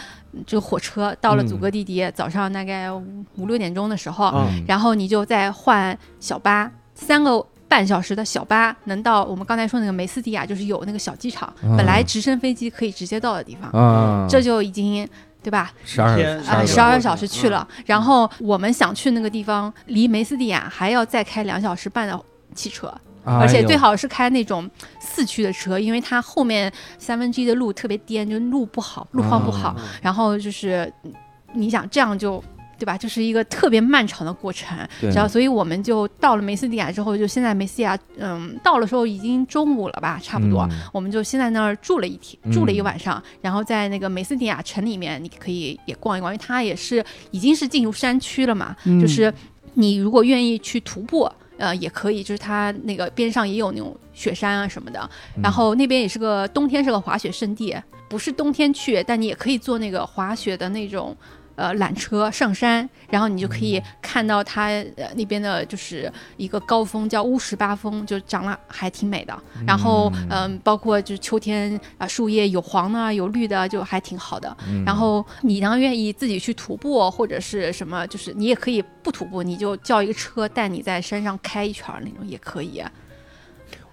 S5: 这个火车到了
S1: 嗯
S5: 祖格地迪，早上大概五五六点钟的时候，
S3: 啊
S1: 嗯
S5: 然后你就再换小巴，三个半小时的小巴能到我们刚才说那个梅斯蒂亚，就是有那个小机场，
S1: 嗯
S5: 本来直升飞机可以直接到的地方，
S1: 啊，
S5: 这就已经对吧？
S1: 十二
S3: 天
S5: 啊，
S3: 12
S5: 十
S1: 个
S5: 二小时去了，然后我们想去那个地方，离梅斯蒂亚还要再开两小时半的汽车，
S1: 而
S5: 而且最好是开那种四驱的车，因为它后面三分之一的路特别颠，就路不好，路况不
S3: 嗯
S5: 好。然后就是嗯你想这样就。对吧？就是一个特别漫长的过程，
S1: 对
S5: 然后所以我们就到了梅西蒂亚之后，就现在梅西蒂亚，嗯，到了时候已经中午了吧，差不
S1: 嗯
S5: 多，我们就先在那儿住了一天，住了一晚上，然后在那个梅斯蒂亚城里面，你可以也逛一逛，因为它也是已经是进入山区了嘛，
S2: 嗯
S5: 就是你如果愿意去徒步。呃，也可以，就是它那个边上也有那种雪山啊什么的，
S1: 嗯
S5: 然后那边也是个冬天是个滑雪圣地，不是冬天去，但你也可以坐那个滑雪的那种呃缆车上山，然后你就可以看到它呃那边的就是一个高峰叫乌十八峰，就长得还挺美的。然后嗯、包括就是秋天啊、树叶有黄的有绿的，就还挺好的。
S1: 嗯
S5: 然后你呢愿意自己去徒步或者是什么，就是你也可以不徒步，你就叫一个车带你在山上开一圈儿那种也可以。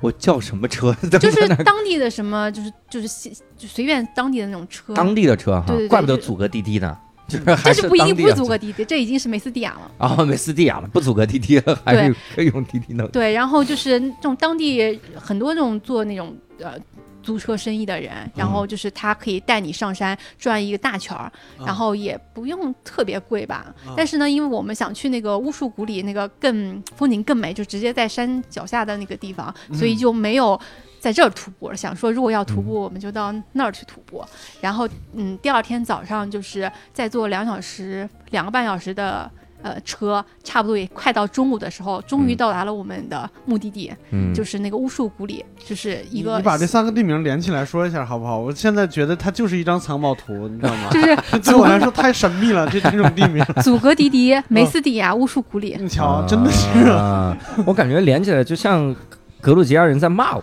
S1: 我叫什么车？
S5: 就是当地的什么，就是就是西就随便当地的那种 车，
S1: 当地的车哈
S5: 对对，对
S1: 怪不得
S5: 就是
S1: 组个滴滴呢，就是还
S5: 这
S1: 是
S5: 就不一定
S1: 当地啊
S5: 不
S1: 的
S5: 足个滴滴，这已经是梅斯蒂亚了。
S1: 啊，没司机啊，不组个滴滴了，还是可以用滴滴弄。
S5: 对，然后就是这种当地很多这种做那种呃租车生意的人，
S1: 嗯
S5: 然后就是他可以带你上山转一个大圈儿，
S3: 嗯
S5: 然后也不用特别贵吧。
S3: 啊
S5: 但是呢，因为我们想去那个乌树谷里那个更风景更美，就直接在山脚下的那个地方，
S3: 嗯
S5: 所以就没有。在这儿徒步了，想说如果要徒步，
S3: 嗯
S5: 我们就到那儿去徒步。然后，嗯，第二天早上就是再坐两小时、两个半小时的呃车，差不多也快到中午的时候，终于
S1: 嗯
S5: 到达了我们的目的地，
S1: 嗯
S5: 就是那个乌树谷里，就是一
S3: 你
S5: 个
S3: 你把这三个地名连起来说一下好不好？我现在觉得它就是一张藏宝图，你知道吗？
S5: 就是
S3: 对我来说太神秘了，这这种地 名，
S5: 祖格迪
S3: 嗯
S5: 迪、梅斯蒂亚、乌树啊谷里。
S3: 你
S1: 哦
S3: 瞧，真的是，
S1: 啊，我感觉连起来就像格鲁吉亚人在骂我，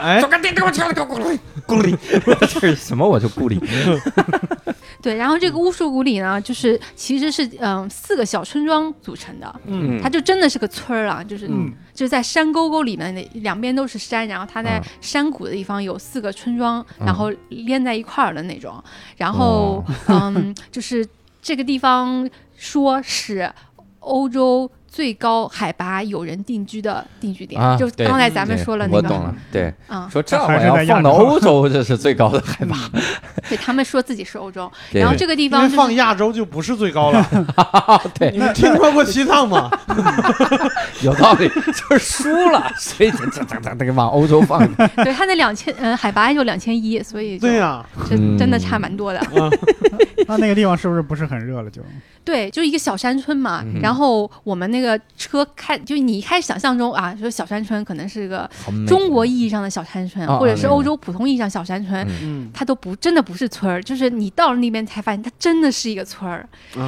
S3: 哎，
S1: 说赶紧给我抢，给我过来，过 来，这是什么我就孤立。
S5: 对，然后这个乌树谷里呢，就是其实是嗯、四个小村庄组成的，
S3: 嗯，
S5: 它就真的是个村儿啊，就是、
S2: 嗯
S5: 就是在山沟沟里面的两边都是山，然后它在
S1: 啊
S5: 山谷的地方有四个村庄，
S1: 嗯
S5: 然后连在一块儿的那种，然后、
S1: 哦
S5: 嗯，就是这个地方说是欧洲。最高海拔有人定居的定居点，
S1: 啊
S5: 就
S1: 对
S5: 刚才咱们说了那
S1: 我
S5: 个，
S1: 懂了，对，
S5: 啊，
S1: 说这
S2: 还
S1: 我
S2: 是
S1: 要
S2: 在亚
S1: 放到
S2: 洲
S1: 欧洲，这是最高的。
S5: 对他们说自己是欧洲，
S1: 对
S5: 然后这个地
S3: 因
S5: 方
S3: 为
S5: 就是
S3: 放亚洲就不是最高了。
S1: 对
S3: 你们听说过西藏吗？
S1: 有道理， 就是输了，所以这这这这给往欧洲 放。
S5: 对，它那两千，嗯，海拔也就两千一，所以就
S3: 对 呀，
S5: 真真的
S1: 嗯
S5: 差蛮多的。
S2: 那那个地方是不是不是很热了就？
S5: 对，就一个小山村嘛。
S1: 嗯
S5: 然后我们那个车开，就你一开始想象中啊，说小山村可能是个
S1: 好美
S5: 中国意义上的小山村，
S1: 啊啊
S5: 或者是
S1: 那个
S5: 欧洲普通意义上小山村。
S1: 嗯
S3: 嗯，
S5: 它都不真的不是村儿，就是你到了那边才发现它真的是一个村儿。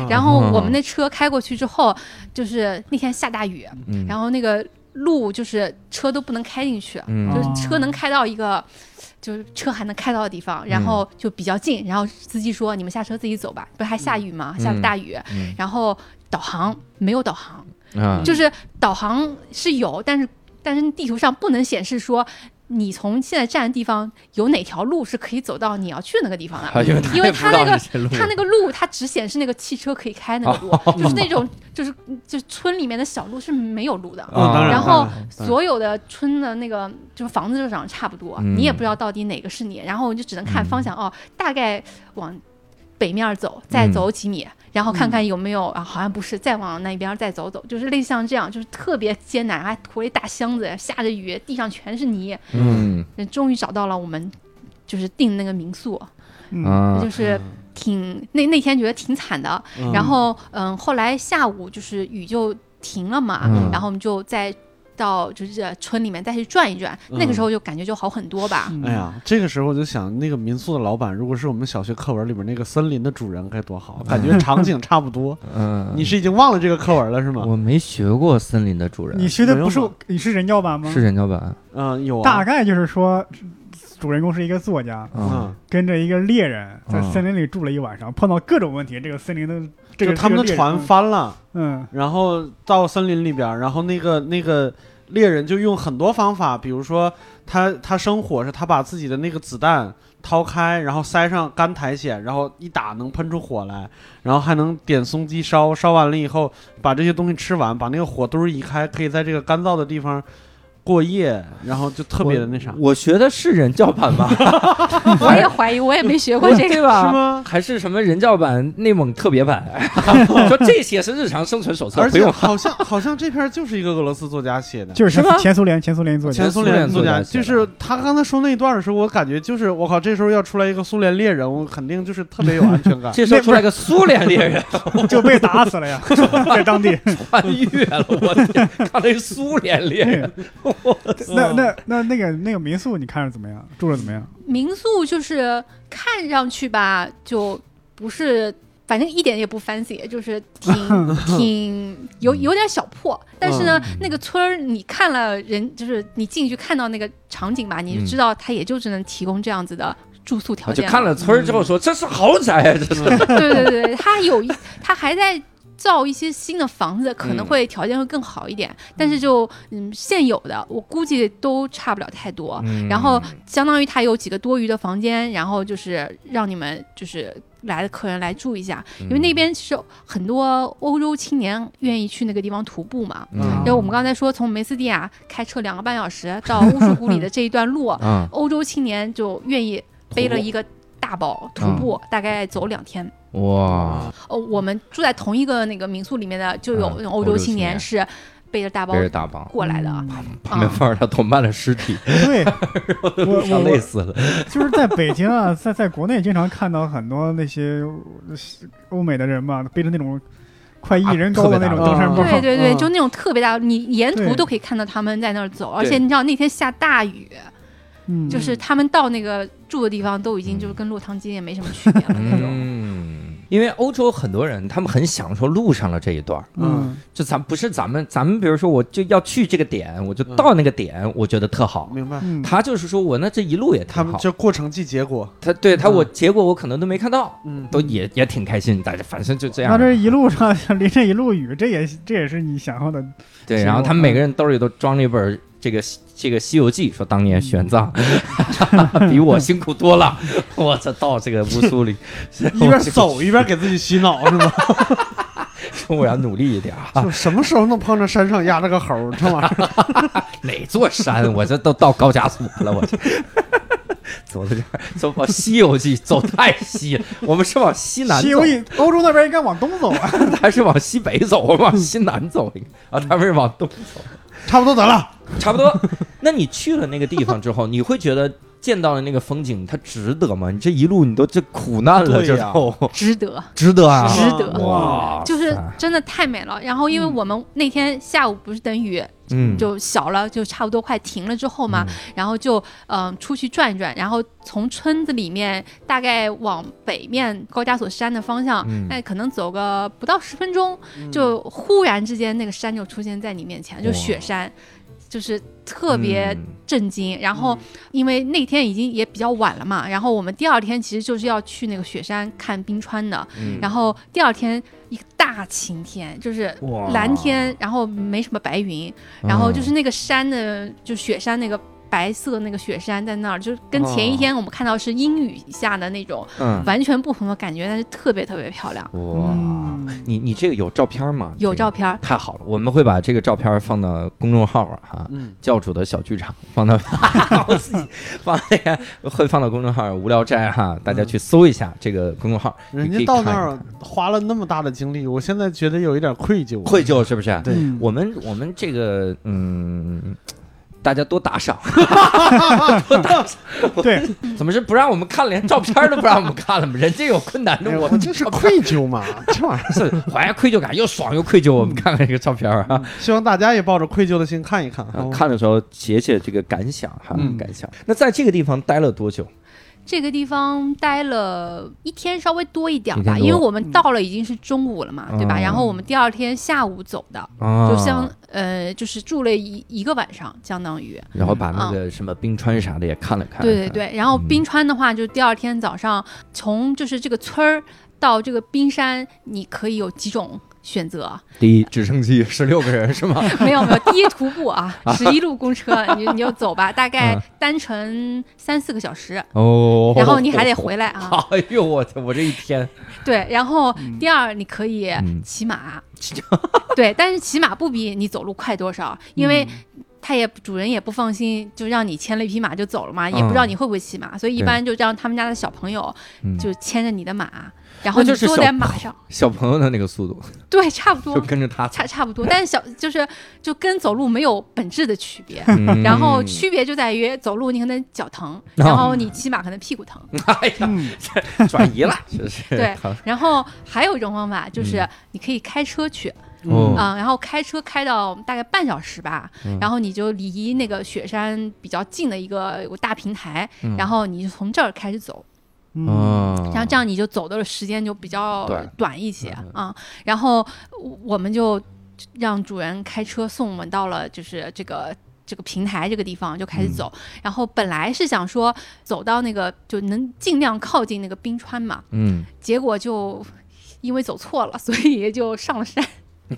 S5: 然
S3: 后
S5: 后我们那车开过去之后，就是那天下大雨，
S1: 嗯
S5: 然后那个路就是车都不能开进去，
S1: 嗯
S5: 就
S2: 哦
S5: 是车能开到一个，就是车还能开到的地方，然后就比较近。然后司机说：“你们下车自己走吧。”不是还下雨吗？
S1: 嗯
S5: 下着大雨。
S1: 嗯
S5: 然后导航没有导航，
S1: 啊
S5: 就是导航是有，但是但是地图上不能显示说你从现在站的地方有哪条路是可以走到你要去的那个地方的。
S1: 啊因为他
S5: 因
S1: 也
S5: 为
S1: 不
S5: 他
S1: 知道
S5: 那个
S1: 你这路
S5: 他那个路，它只显示那个汽车可以开那个路，就是那种就是就是村里面的小路是没有路的。
S1: 啊
S3: 嗯当
S5: 然
S3: 然，
S5: 后
S3: 当然
S5: 所有的村的那个就是房子就长得差不多，
S1: 嗯
S5: 你也不知道到底哪个是你，然后你就只能看方向、哦，大概往北面走，再走几米，然后看看有没有啊，好像不是，再往那边再走走，就是类似像这样，就是特别艰难，还驮了一大箱子，下着雨，地上全是泥，
S1: 嗯
S5: 终于找到了我们就是订那个民宿，
S2: 嗯，
S1: 啊
S5: 就是挺那那天觉得挺惨的，
S3: 嗯
S5: 然后嗯，后来下午就是雨就停了嘛，
S1: 嗯
S5: 然后我们就再到就是村里面再去转一转，
S3: 嗯
S5: 那个时候就感觉就好很多吧。
S2: 嗯
S3: 哎，呀，这个时候我就想，那个民宿的老板，如果是我们小学课文里边那个森林的主人，该多好！感觉场景差不多。
S1: 嗯，
S3: 你是已经忘了这个课文了是吗？
S1: 我没学过森林的主人
S2: 你，学的不是
S3: 没有吗
S2: 你是人教版吗？
S1: 是人教版
S3: 嗯，有
S2: 大
S3: 啊。
S2: 概就是说，主人公是一个作家，
S1: 啊
S3: 嗯，
S2: 跟着一个猎人在
S1: 嗯
S2: 森林里住了一晚上，碰到各种问题。这个森林的这
S3: 就
S2: 个嗯
S3: 他们的船，翻了，
S2: 这个猎人
S3: 然后到森林里边儿，然后那个那个猎人就用很多方法，比如说他他生火是他把自己的那个子弹掏开，然后塞上干苔藓，然后一打能喷出火来，然后还能点松鸡烧，烧完了以后把这些东西吃完，把那个火堆儿移开，可以在这个干燥的地方。过夜，然后就特别的那啥，
S1: 我学的是人教版吧？
S5: 我也怀疑，我也没学过这
S1: 对
S5: 个。
S1: 吧？
S3: 是吗？
S1: 还是什么人教版、内蒙特别版？ 说这些是日常生存手册，
S3: 而
S1: 不
S3: 且
S1: 用。
S3: 好像好像这篇就是一个俄罗斯作家写的，
S2: 就是
S1: 是吗
S2: 前苏联前苏联作家，
S3: 前苏
S1: 前
S3: 联
S1: 苏联作
S3: 作
S1: 家
S3: 家，
S1: 写
S3: 就
S1: 的
S3: 是他刚才说那一段的时候，我感觉就是我靠，这时候要出来一个苏联猎人，我肯定就是特别有安全感。
S1: 这时候出来个苏联猎人
S2: 就被打死了 呀，在当地。
S1: 穿越了，我天！看了一苏联猎人，
S2: 嗯那那那那个那个民宿你看着怎么样？住着怎么样？
S5: 民宿就是看上去吧，就不是，反正一点也不 fancy，就是挺挺有有点小破。但是呢，那个村儿你看了人，就是你进去看到那个场景吧，你就知道它也就只能提供这样子的住宿条
S1: 我就
S5: 件了。
S1: 看了村儿之后说这是豪宅啊，这是。
S5: 对对对对，他有一他还在造一些新的房子，可能会条件会更好一点，但是就嗯现有的我估计都差不了太
S1: 嗯
S5: 多。然后相当于他有几个多余的房间，然后就是让你们就是来的客人来住一下，
S1: 嗯
S5: 因为那边其实很多欧洲青年愿意去那个地方徒步嘛。
S1: 嗯，
S5: 因为我们刚才说从梅斯蒂亚开车两个半小时到乌什古里的这一段路
S1: 啊，
S5: 欧洲青年就愿意背了一个大包徒步，大概走两天。
S1: 嗯
S3: 啊
S1: 哇，
S5: 哦，我们住在同一个那个民宿里面的，就有
S1: 嗯
S5: 那种
S1: 欧
S5: 欧
S1: 洲
S5: 洲
S1: 青
S5: 青
S1: 年
S5: 年是背着大包
S1: 别人大棒，
S5: 过来的。啊
S2: 嗯
S1: 旁边放着他同伴的尸体，
S2: 对，我
S1: 上
S2: 我
S1: 累
S2: 我
S1: 死了。
S2: 就是在北京啊，在在国内经常看到很多那些呃欧美的人嘛，背着那种快一人高的那种
S1: 啊
S2: 登山包
S3: 特别大的
S5: 对
S2: 儿，
S5: 对对，
S3: 嗯
S5: 就那种特别大，你沿途
S2: 对
S5: 都可以看到他们在那儿走，而
S1: 对
S5: 且你知道那天下大雨，
S2: 嗯，
S5: 就是他们到那个住的地方都已经就是跟落汤鸡也没什么区别了那种。
S1: 嗯，因为欧洲很多人他们很享受路上的这一段儿，
S2: 嗯
S1: 就咱不是咱们，咱们比如说我就要去这个点，我就到那个点，我觉得特好。
S3: 明白？
S2: 嗯，
S1: 他就是说我那这一路也
S3: 他
S1: 挺
S3: 们
S1: 好，
S3: 叫过程即结果，
S1: 他对他
S3: 嗯
S1: 我结果我可能都没看到，
S3: 嗯，
S1: 都也也挺开心，大家反正就这
S2: 那
S1: 样。
S2: 这一路上淋着一路雨，这也这也是你想要的，
S1: 对，
S2: 行
S1: 然后
S2: 我
S1: 他们每个人兜里都装了一本这个这个《西游记》，说当年 玄奘比我辛苦多 了，我这到这个乌苏里
S3: 一边走一边给自己洗脑是吗？
S1: 说我要努力一点啊。
S3: 就什么时候能碰着山上压着个猴儿这玩意儿？
S1: 哪座山？我这都到高加索了， 我这走到这儿，走往《西游记》走太西 了，我们是往西南
S2: 西
S1: 走
S2: 游，记欧洲那边应该往东走 啊，
S1: 还是往西北走？我们 往西南走一个啊，他们是往东走，
S3: 差不多得了，
S1: 差不多。那你去了那个地方之后，你会觉得见到了那个风景，它值得吗？你这一路你都这苦难了
S3: 对呀
S1: 之后，
S5: 值得，
S1: 值得啊！
S5: 值得
S1: 哇塞，
S5: 就是真的太美了。然后，因为我们那天下午不是等雨，
S1: 嗯，
S5: 就小了，就差不多快停了之后嘛，然后就嗯、呃出去转一转，然后从村子里面大概往北面高加索山的方向，
S1: 嗯
S5: 那、可能走个不到十分钟，
S3: 嗯
S5: 就忽然之间那个山就出现在你面前，就
S1: 哇
S5: 雪山，就是特别
S1: 嗯
S5: 震惊。然后
S3: 嗯
S5: 因为那天已经也比较晚了嘛，然后我们第二天其实就是要去那个雪山看冰川的，
S1: 嗯
S5: 然后第二天一个大晴天，就是
S1: 哇
S5: 蓝天，然后没什么白云，然
S1: 嗯
S5: 后就是那个山的，就雪山那个。白色那个雪山在那儿，就跟前一天我们看到是阴雨下的那种
S1: 哦嗯，
S5: 完全不同的感觉，但是特别特别漂亮。
S1: 哇，嗯你你这个有照片吗？
S5: 有
S1: 这个
S5: 照片儿，
S1: 太好了，我们会把这个照片放到公众号啊，
S3: 嗯
S1: 教主的小剧场放 到我自己放那个会放到公众号无聊斋哈，大家去搜一下这个公众号，
S3: 嗯人
S1: 你可
S3: 家
S1: 以
S3: 到
S1: 看
S3: 那
S1: 一
S3: 儿
S1: 看
S3: 花了那么大的精力，我现在觉得有一点愧疚。
S1: 愧疚是不啊是？
S3: 对
S2: 嗯
S1: 我们我们这个嗯。大家多打赏，多打赏！
S2: 对，
S1: 怎么是不让我们看，连照片都不让我们看了吗？人家有困难
S3: 哎
S1: 的，
S3: 我
S1: 我
S3: 们
S1: 们
S3: 就是愧疚嘛，这玩意儿。
S1: 是怀着愧疚感，又爽又愧疚。我们看看这个照片啊，
S3: 希望大家也抱着愧疚的心看一哦看。
S1: 啊
S3: 好吗
S1: 看的时候写写这个感想哈，
S3: 嗯
S1: 感想。那在这个地方待了多久？
S5: 这个地方待了一天，稍微多一点
S1: 一天
S5: 吧，
S1: 多
S5: 因为我们到了已经是中午了嘛，对吧？
S1: 嗯
S5: 然后我们第二天下午走的，
S1: 啊
S5: 就相呃，就是住了一一个晚上，相当于。
S1: 然后把那个什么冰川啥的也看了看。
S5: 啊对对，对，然后
S1: 嗯
S5: 冰川的话，就第二天早上从就是这个村儿到这个冰山，你可以有几种选择？
S1: 第一直升机十六个人是吗？
S5: 没有没有，第一徒步啊，十一路公车，你你就 走吧，大概
S1: 嗯
S5: 单程三四个小时，
S1: 哦，
S5: 然后你还得回来啊。
S1: 哎呦我天，我这一天
S5: 对，然后第二你可以
S1: 嗯 嗯
S5: 骑马，对，但是骑马不比你走路快多少，因为他也主人也不放心，就让你牵了一匹马就走了嘛，也不知道你会不会骑马，所以一
S1: 嗯对
S5: 般就让他们家的小朋友
S1: 嗯
S5: 就牵着你的马，然后你
S1: 就是
S5: 坐
S1: 小
S5: 在马上，
S1: 小朋友的那个速度，
S5: 对，差不多
S1: 就，跟着他。
S5: 差差不多，但是小就是就跟走路没有本质的区别。
S1: 嗯 哦
S5: 然后区别就在于走路你可能脚疼，然后你骑马可能屁股疼。
S1: 哎呀，
S2: 嗯，
S1: 转移了，这是
S5: 对
S1: 好
S5: 然后还有一种方法就是
S1: 嗯
S5: 你可以开车去，
S1: 哦
S5: 啊，然后开车开到大概半小时吧
S1: 嗯，
S5: 然后你就离那个雪山比较近的一个有个大平台
S1: 嗯，
S5: 然后你就从这儿开始走，
S2: 嗯，
S1: 哦，
S5: 啊然后这样你就走的时间就比较
S1: 对嗯
S5: 短一些啊。然后我们就让主人开车送我们到了就是这个。这个平台这个地方就开始走，
S1: 嗯
S5: 然后本来是想说走到那个就能尽量靠近那个冰川嘛，
S1: 嗯，
S5: 结果就因为走错了，所以就上 了山。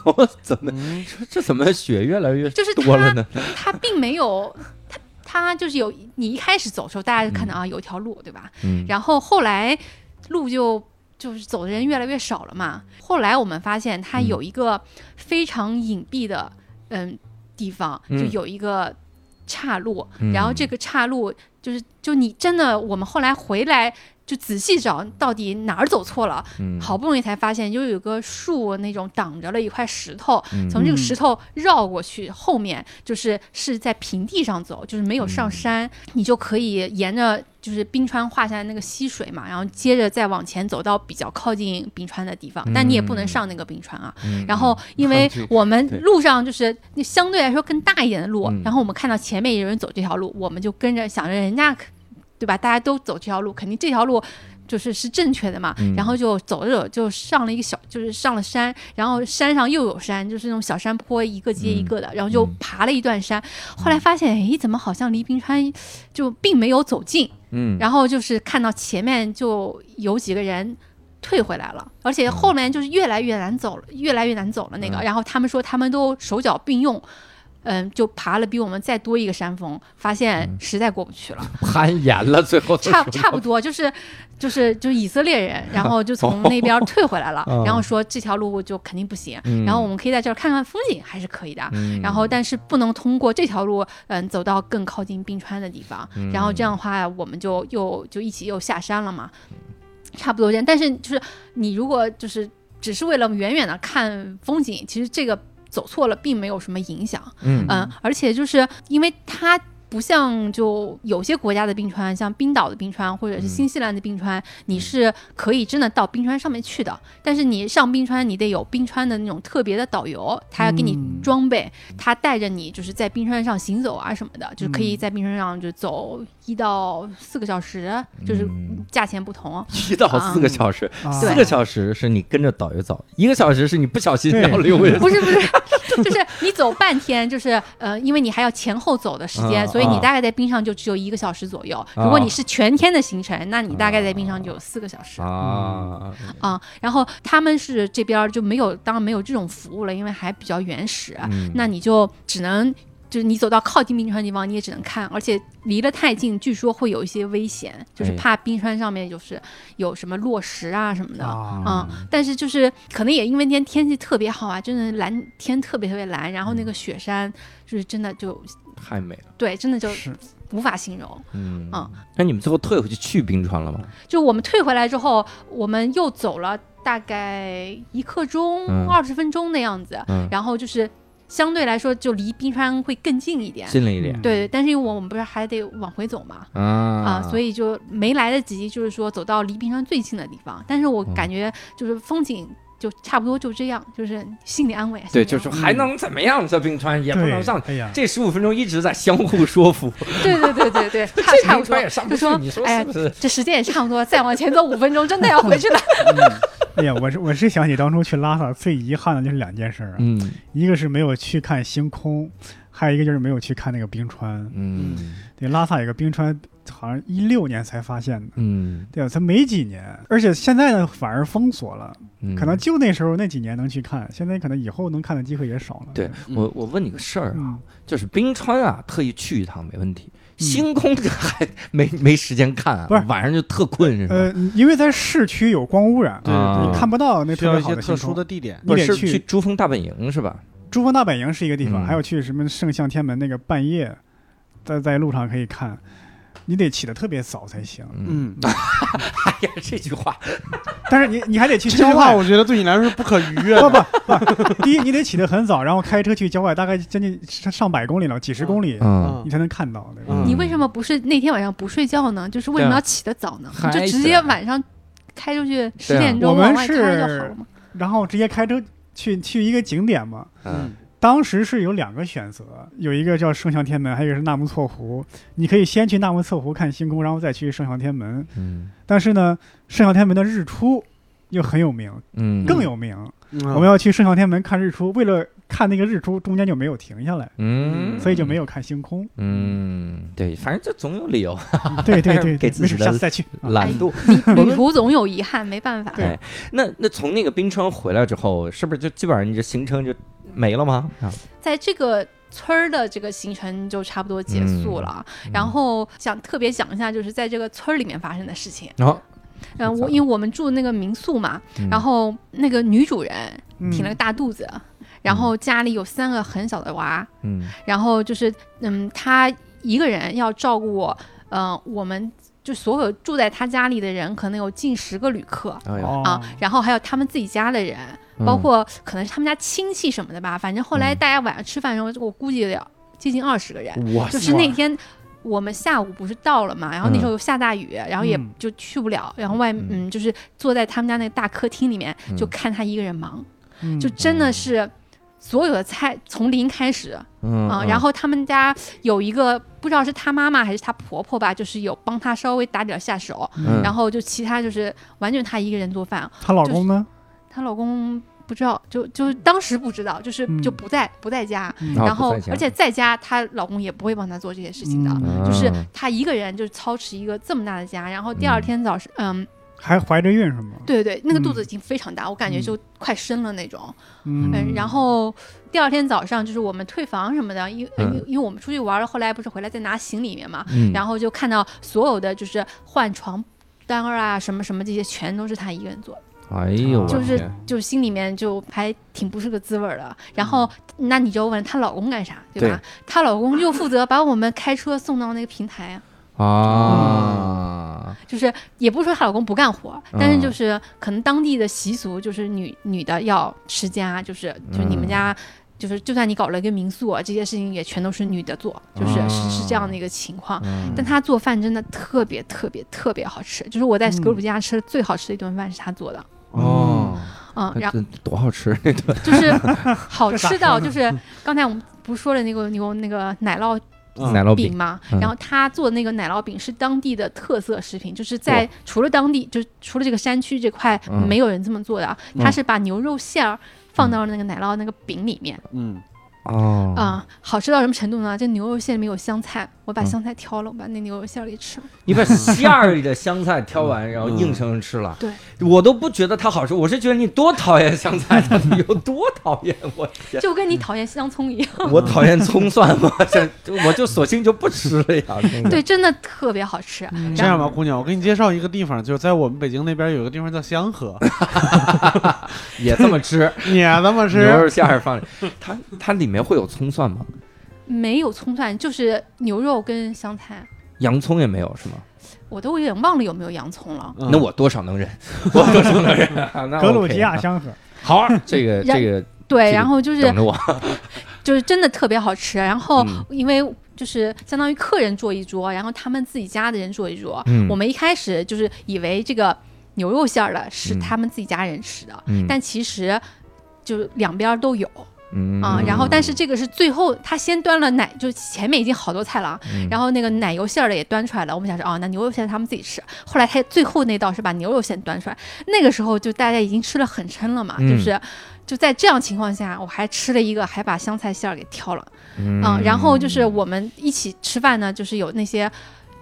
S1: 我怎么
S3: 嗯
S1: 这这怎么雪越来越
S5: 就是
S1: 多了呢？
S5: 它并没有，它它就是有你一开始走的时候，大家就看到啊有一条路，对吧？
S1: 嗯，
S5: 然后后来路就就是走的人越来越少了嘛。后来我们发现它
S1: 嗯
S5: 有一个非常隐蔽的嗯地方，就
S1: 嗯
S5: 有一个岔路，
S1: 嗯
S5: 然后这个岔路就是就你真的我们后来回来。就仔细找到底哪儿走错了，
S1: 嗯
S5: 好不容易才发现，就有个树那种挡着了一块石头，
S1: 嗯
S5: 从这个
S2: 嗯
S5: 石头绕过去，后面就是是在平地上走，就是没有
S1: 嗯
S5: 上山，你就可以沿着就是冰川画下来那个溪水嘛，然后接着再往前走到比较靠近冰川的地方，但你也不能上那个冰川啊。
S1: 嗯
S5: 然后，因为
S1: 这对
S5: 我们路上就是那相对来说更大一点的路，
S1: 嗯
S5: 然后我们看到前面有人走这条路，我们就跟着想着人家，对吧？大家都走这条路，肯定这条路就是是正确的嘛。
S1: 嗯
S5: 然后就走着走着就上了一个小，就是上了山，然后山上又有山，就是那种小山坡，一个接一个的，然后就
S1: 嗯
S5: 爬了一段山。后来发现，诶，怎么好像离冰川就并没有走近？
S1: 嗯，
S5: 然后就是看到前面就有几个人退回来了，而且后面就是越来越难走了，越来越难走了那个。
S1: 嗯
S5: 然后他们说他们都手脚并用，嗯，就爬了比我们再多一个山峰，发现
S1: 嗯
S5: 实在过不 去了，
S1: 攀岩了，最后
S5: 差差不多就是就是就是以色 列人，然后就从那边退回来了，
S1: 嗯
S5: 然后说这条路就肯定不行，
S1: 嗯
S5: 然后我们可以在这儿看看风景，还是可以的。
S1: 嗯
S5: 然后但是不能通过这条路，嗯，走到更靠近冰川的地方。然后这样的话，我们就又就一起又下山了嘛，差不多这样。但是就是你如果就是只是为了远远的看风景，其实这个走错了并没有什么影响。
S1: 嗯
S5: 嗯，而且就是因为它。不像就有些国家的冰川，像冰岛的冰川或者是
S1: 嗯
S5: 新西兰的冰川，你是可以真的到冰川上面去的。但是你上冰川，你得有冰川的那种特别的导游，他要给你
S2: 嗯
S5: 装备，他带着你就是在冰川上行走啊什么的，就是可以
S2: 嗯
S5: 在冰川上就走一到四个小时，就是
S1: 嗯
S5: 价钱不嗯同。啊
S1: 一到四个小时，
S2: 啊
S1: 四个小时是你跟着导游走，一个小时是你不小 心
S2: 对
S1: 掉溜回去。
S5: 不是不是，就是你走半天，就是呃，因为你还要前后走的时
S1: 啊
S5: 间，所以你
S1: 啊
S5: 大概在冰上就只有一个小时左右。如果你是全天的行程，那你大概在冰上就有四个小时
S1: 啊，
S5: 啊。然后他们是这边儿就没有，当然没有这种服务了，因为还比较原始。
S1: 嗯
S5: 啊那你就只能。就是你走到靠近冰川的地方，你也只能看，而且离得太近，据说会有一些危险，就是
S1: 哎
S5: 怕冰川上面就是有什么落石啊什么的。
S2: 啊，
S5: 嗯，但是就是可能也因为那天天气特别好啊，真的蓝天特别特别蓝，然后那个雪山就是真的就
S1: 太美了，
S5: 对，真的就是无法形容。
S1: 嗯
S5: 啊
S1: 那你们最后退回去去冰川了吗？
S5: 就我们退回来之后，我们又走了大概一刻
S1: 嗯
S5: 钟二十、20分钟那样子，
S1: 嗯，
S5: 然后就是相对来说就离冰川会更近一点。
S1: 近了一点
S2: 嗯
S5: 对，但是因为我们不是还得往回走嘛，
S1: 啊
S5: 啊、
S1: 啊
S5: 所以就没来得及，就是说走到离冰川最近的地方。但是我
S1: 嗯
S5: 感觉就是风景就差不多就这样，就是心理安慰。
S1: 对，
S5: 心理
S1: 就
S5: 安
S1: 是
S5: 慰
S1: 还能怎么样？这冰川也不
S2: 对
S1: 能上去。
S2: 哎呀，
S1: 这十五分钟一直在相互说服，
S5: 对对对对对，差
S1: 这
S5: 差
S1: 冰
S5: 不多
S1: 川也上不
S5: 就
S1: 去
S5: 说，
S1: 你说
S5: 哎
S1: 是
S5: 呀
S1: 不是？
S5: 这时间也差不多，再往前走五分钟，真的要 回去了。
S2: 哎呀，我是我是想起当初去拉萨最遗憾的就是两件事儿啊，
S1: 嗯
S2: 一个是没有去看星空，还有一个就是没有去看那个冰川。
S1: 嗯
S2: 对，拉萨有个冰川，好像一六年才发现的。
S1: 嗯
S2: 对啊，才没几年，而且现在呢反而封锁了，
S1: 嗯，
S2: 可能就那时候那几年能去看，现在可能以后能看的机会也少了。
S1: 对我我问你个事儿啊，
S2: 嗯，
S1: 就是冰川啊，特意去一趟没问题。星空这还没没时间看啊，
S2: 不是
S1: 晚上就特困是吧？
S2: 呃，因为在市区有光污染，
S3: 对对
S1: 啊
S3: 对
S2: 你看不到那
S3: 需
S2: 特
S3: 要
S2: 别
S3: 一
S2: 好
S3: 些
S2: 的
S3: 特
S2: 星
S3: 殊
S2: 空
S3: 的地点。哦
S1: 不
S2: 你
S1: 是
S2: 得
S1: 是去珠峰大本营是吧？
S2: 珠峰大本营是一个地方，
S1: 嗯
S2: 还有去什么圣象天门那个半夜，在在路上可以看，你得起得特别早才行。
S1: 嗯，
S3: 嗯，
S1: 哎呀，这句话，
S2: 但是你你还得去
S3: 这句
S2: 郊
S3: 话
S2: 外，
S3: 我觉得对你来说是不可逾越
S2: 不
S3: 的。
S2: 不不，第一你得起得很早，然后开车去郊外，大概将近上上百公里了，几十公里，
S1: 嗯，
S2: 你才能看到。对吧
S3: 嗯
S5: 你为什么不是那天晚上不睡觉呢？就是为什么
S1: 对啊
S5: 要起得早呢？
S1: 嗨
S5: 你就直接晚上开出去十点
S2: 我
S1: 啊
S5: 钟
S2: 们
S5: 往外开
S2: 是
S5: 就好了 嘛。
S2: 然后直接开车去去一个景点嘛。
S1: 嗯，
S2: 当时是有两个选择，有一个叫圣象天门，还有一个是纳木错湖。你可以先去纳木错湖看星空，然后再去圣象天门。
S1: 嗯
S2: 但是呢，圣象天门的日出又很有名，
S1: 嗯，
S2: 更有名。
S3: 嗯，
S2: 我们要去圣象天门看日出，为了看那个日出，中间就没有停下来，
S1: 嗯，
S2: 所以就没有看星空。
S1: 嗯，对，反正就总有理由
S2: 啊对对对，
S1: 给
S2: 对
S1: 自
S2: 没
S1: 己
S2: 事，
S1: 的
S2: 下次再去。啊
S1: 懒惰。我
S5: 旅
S1: 们
S5: 途总有遗憾，没办法。
S2: 对
S1: 那那从那个冰川回来之后，是不是就基本上你这行程就没了吗？啊
S5: 在这个村儿的这个行程就差不多结束了。
S1: 嗯
S5: 然后想特别讲一下，就是在这个村儿里面发生的事情。
S1: 然后，
S5: 嗯、
S1: 咋
S5: 我
S1: 了
S5: 因为我们住那个民宿嘛，
S1: 嗯
S5: 然后那个女主人
S2: 嗯
S5: 挺了个大肚子。然后家里有三个很小的娃，
S1: 嗯
S5: 然后就是，嗯，她一个人要照顾我，呃，我们就所有住在她家里的人，可能有近十个旅客
S1: 哎嗯呀，
S2: 哦
S5: 啊，然后还有他们自己家的人，包括可能是他们家亲戚什么的吧。反正后来
S1: 嗯
S5: 大家晚上吃饭的时候，我估计也得接近二十个人。
S1: 我
S5: 就是那天我们下午不是到了嘛，然后那时候下大雨，然后也
S2: 嗯
S5: 就去不了，然后外
S1: 嗯
S5: 嗯就是坐在他们家那个大客厅里面，
S1: 嗯
S5: 就看他一个人忙，
S2: 嗯
S5: 就真的是。所有的菜从零开始啊、
S1: 嗯
S5: 然后他们家有一个不知道是她妈妈还是她婆婆吧，就是有帮她稍微打点下手，
S1: 嗯
S5: 然后就其他就是完全她一个人做饭，
S2: 她老公呢？
S5: 她老公不知道，就就当时不知道，就是
S2: 嗯
S5: 就不在不在家，
S2: 嗯
S1: 啊
S5: 然
S1: 不
S5: 后
S1: 在家
S5: 而且在家她老公也不会帮她做这些事情的，
S2: 嗯
S5: 就是
S1: 嗯
S5: 她一个人就是操持一个这么大的家，然后第二天早上，嗯，
S2: 还怀着孕是吗？
S5: 对对，那个肚
S2: 嗯
S5: 子已经非常大，我感觉就快生了那种，
S2: 嗯
S5: 嗯，然后第二天早上就是我们退房什么的，因
S1: 嗯
S5: 因因为我们出去玩了，后来不是回来再拿行李面嘛，
S1: 嗯
S5: 然后就看到所有的就是换床单儿啊什么什么这些全都是她一个人做的。
S1: 哎呦，我
S5: 就是
S1: 天
S5: 就心里面就还挺不是个滋味儿的。然后那你就问她老公干啥，对吧？她老公就负责把我们开车送到那个平台，
S1: 啊，
S5: 就是也不是说她老公不干活，
S1: 嗯
S5: 但是就是可能当地的习俗就是女女的要持家，就是就是
S1: 嗯
S5: 你们家。就是，就算你搞了一个民宿、啊，这些事情也全都是女的做，就是、是是这样的一个情况。
S1: 嗯
S5: 啊但她做饭真的特别特别特别好吃，就是我在格鲁吉亚吃的最好吃的一顿饭是她做的，
S1: 哦，
S5: 嗯，然后。嗯
S1: 这多好吃 那顿，
S5: 就是好吃到就是刚才我们不是说了那个牛那个奶酪
S3: 嗯
S1: 奶酪
S5: 饼
S1: 饼，
S5: 嘛，
S1: 嗯
S5: 然后他做的那个奶酪饼是当地的特色食品，就是在
S1: 哇
S5: 除了当地就是除了这个山区这块
S1: 嗯
S5: 没有人这么做的啊，
S3: 嗯
S5: 他是把牛肉馅儿放到那个奶酪那个饼里面
S3: 嗯，
S1: 哦，
S5: 啊，好吃到什么程度呢？这牛肉馅里面有香菜，我把
S1: 嗯
S5: 香菜挑了，我把那牛肉馅儿给吃了。
S1: 你把馅儿里的香菜挑完，然后硬生生吃了。
S5: 对，
S1: 我都不觉得它好吃，我是觉得你多讨厌香菜，你有多讨厌 我？
S5: 就跟你讨厌香葱一 样。
S1: 我讨厌葱蒜吗？ 这我就索性就不吃了呀。真的
S5: 对，，真的特别好吃。
S1: 嗯
S3: 这样吧，姑娘，我给你介绍一个地方，就在我们北京那边有个地方叫香河，
S1: 也这么 吃，
S3: 你他妈
S1: 牛
S3: 是
S1: 肉馅儿放里，它它里面会有葱蒜吗？
S5: 没有葱蒜，就是牛肉跟香菜，
S1: 洋葱也没有是吗？
S5: 我都有点忘了有没有洋葱了。
S3: 嗯
S1: 那我多少能忍， 我多少能忍。 那
S2: 格
S1: OK
S2: 鲁吉亚香河，
S1: 好， 这个
S5: 然
S1: 这个这
S5: 对，
S1: 个
S5: 然后就是
S1: 等着我。
S5: 就是真的特别好吃。然后
S1: 嗯
S5: 因为就是相当于客人坐一桌，然后他们自己家的人坐一桌。
S1: 嗯
S5: 我们一开始就是以为这个牛肉馅儿的是
S1: 嗯
S5: 他们自己家人吃的，
S1: 嗯
S5: 但其实就是两边儿都有
S1: 嗯
S5: 啊。然后但是这个是最后他先端了奶，就前面已经好多菜了啊，
S1: 嗯
S5: 然后那个奶油馅儿的也端出来了。我们想说哦，那牛肉馅儿他们自己吃。后来他最后那道是把牛肉馅端出来，那个时候就大家已经吃了很撑了嘛，
S1: 嗯
S5: 就是。就在这样情况下，我还吃了一个，还把香菜馅儿给挑了，
S1: 嗯
S5: 嗯，然后就是我们一起吃饭呢，就是有那些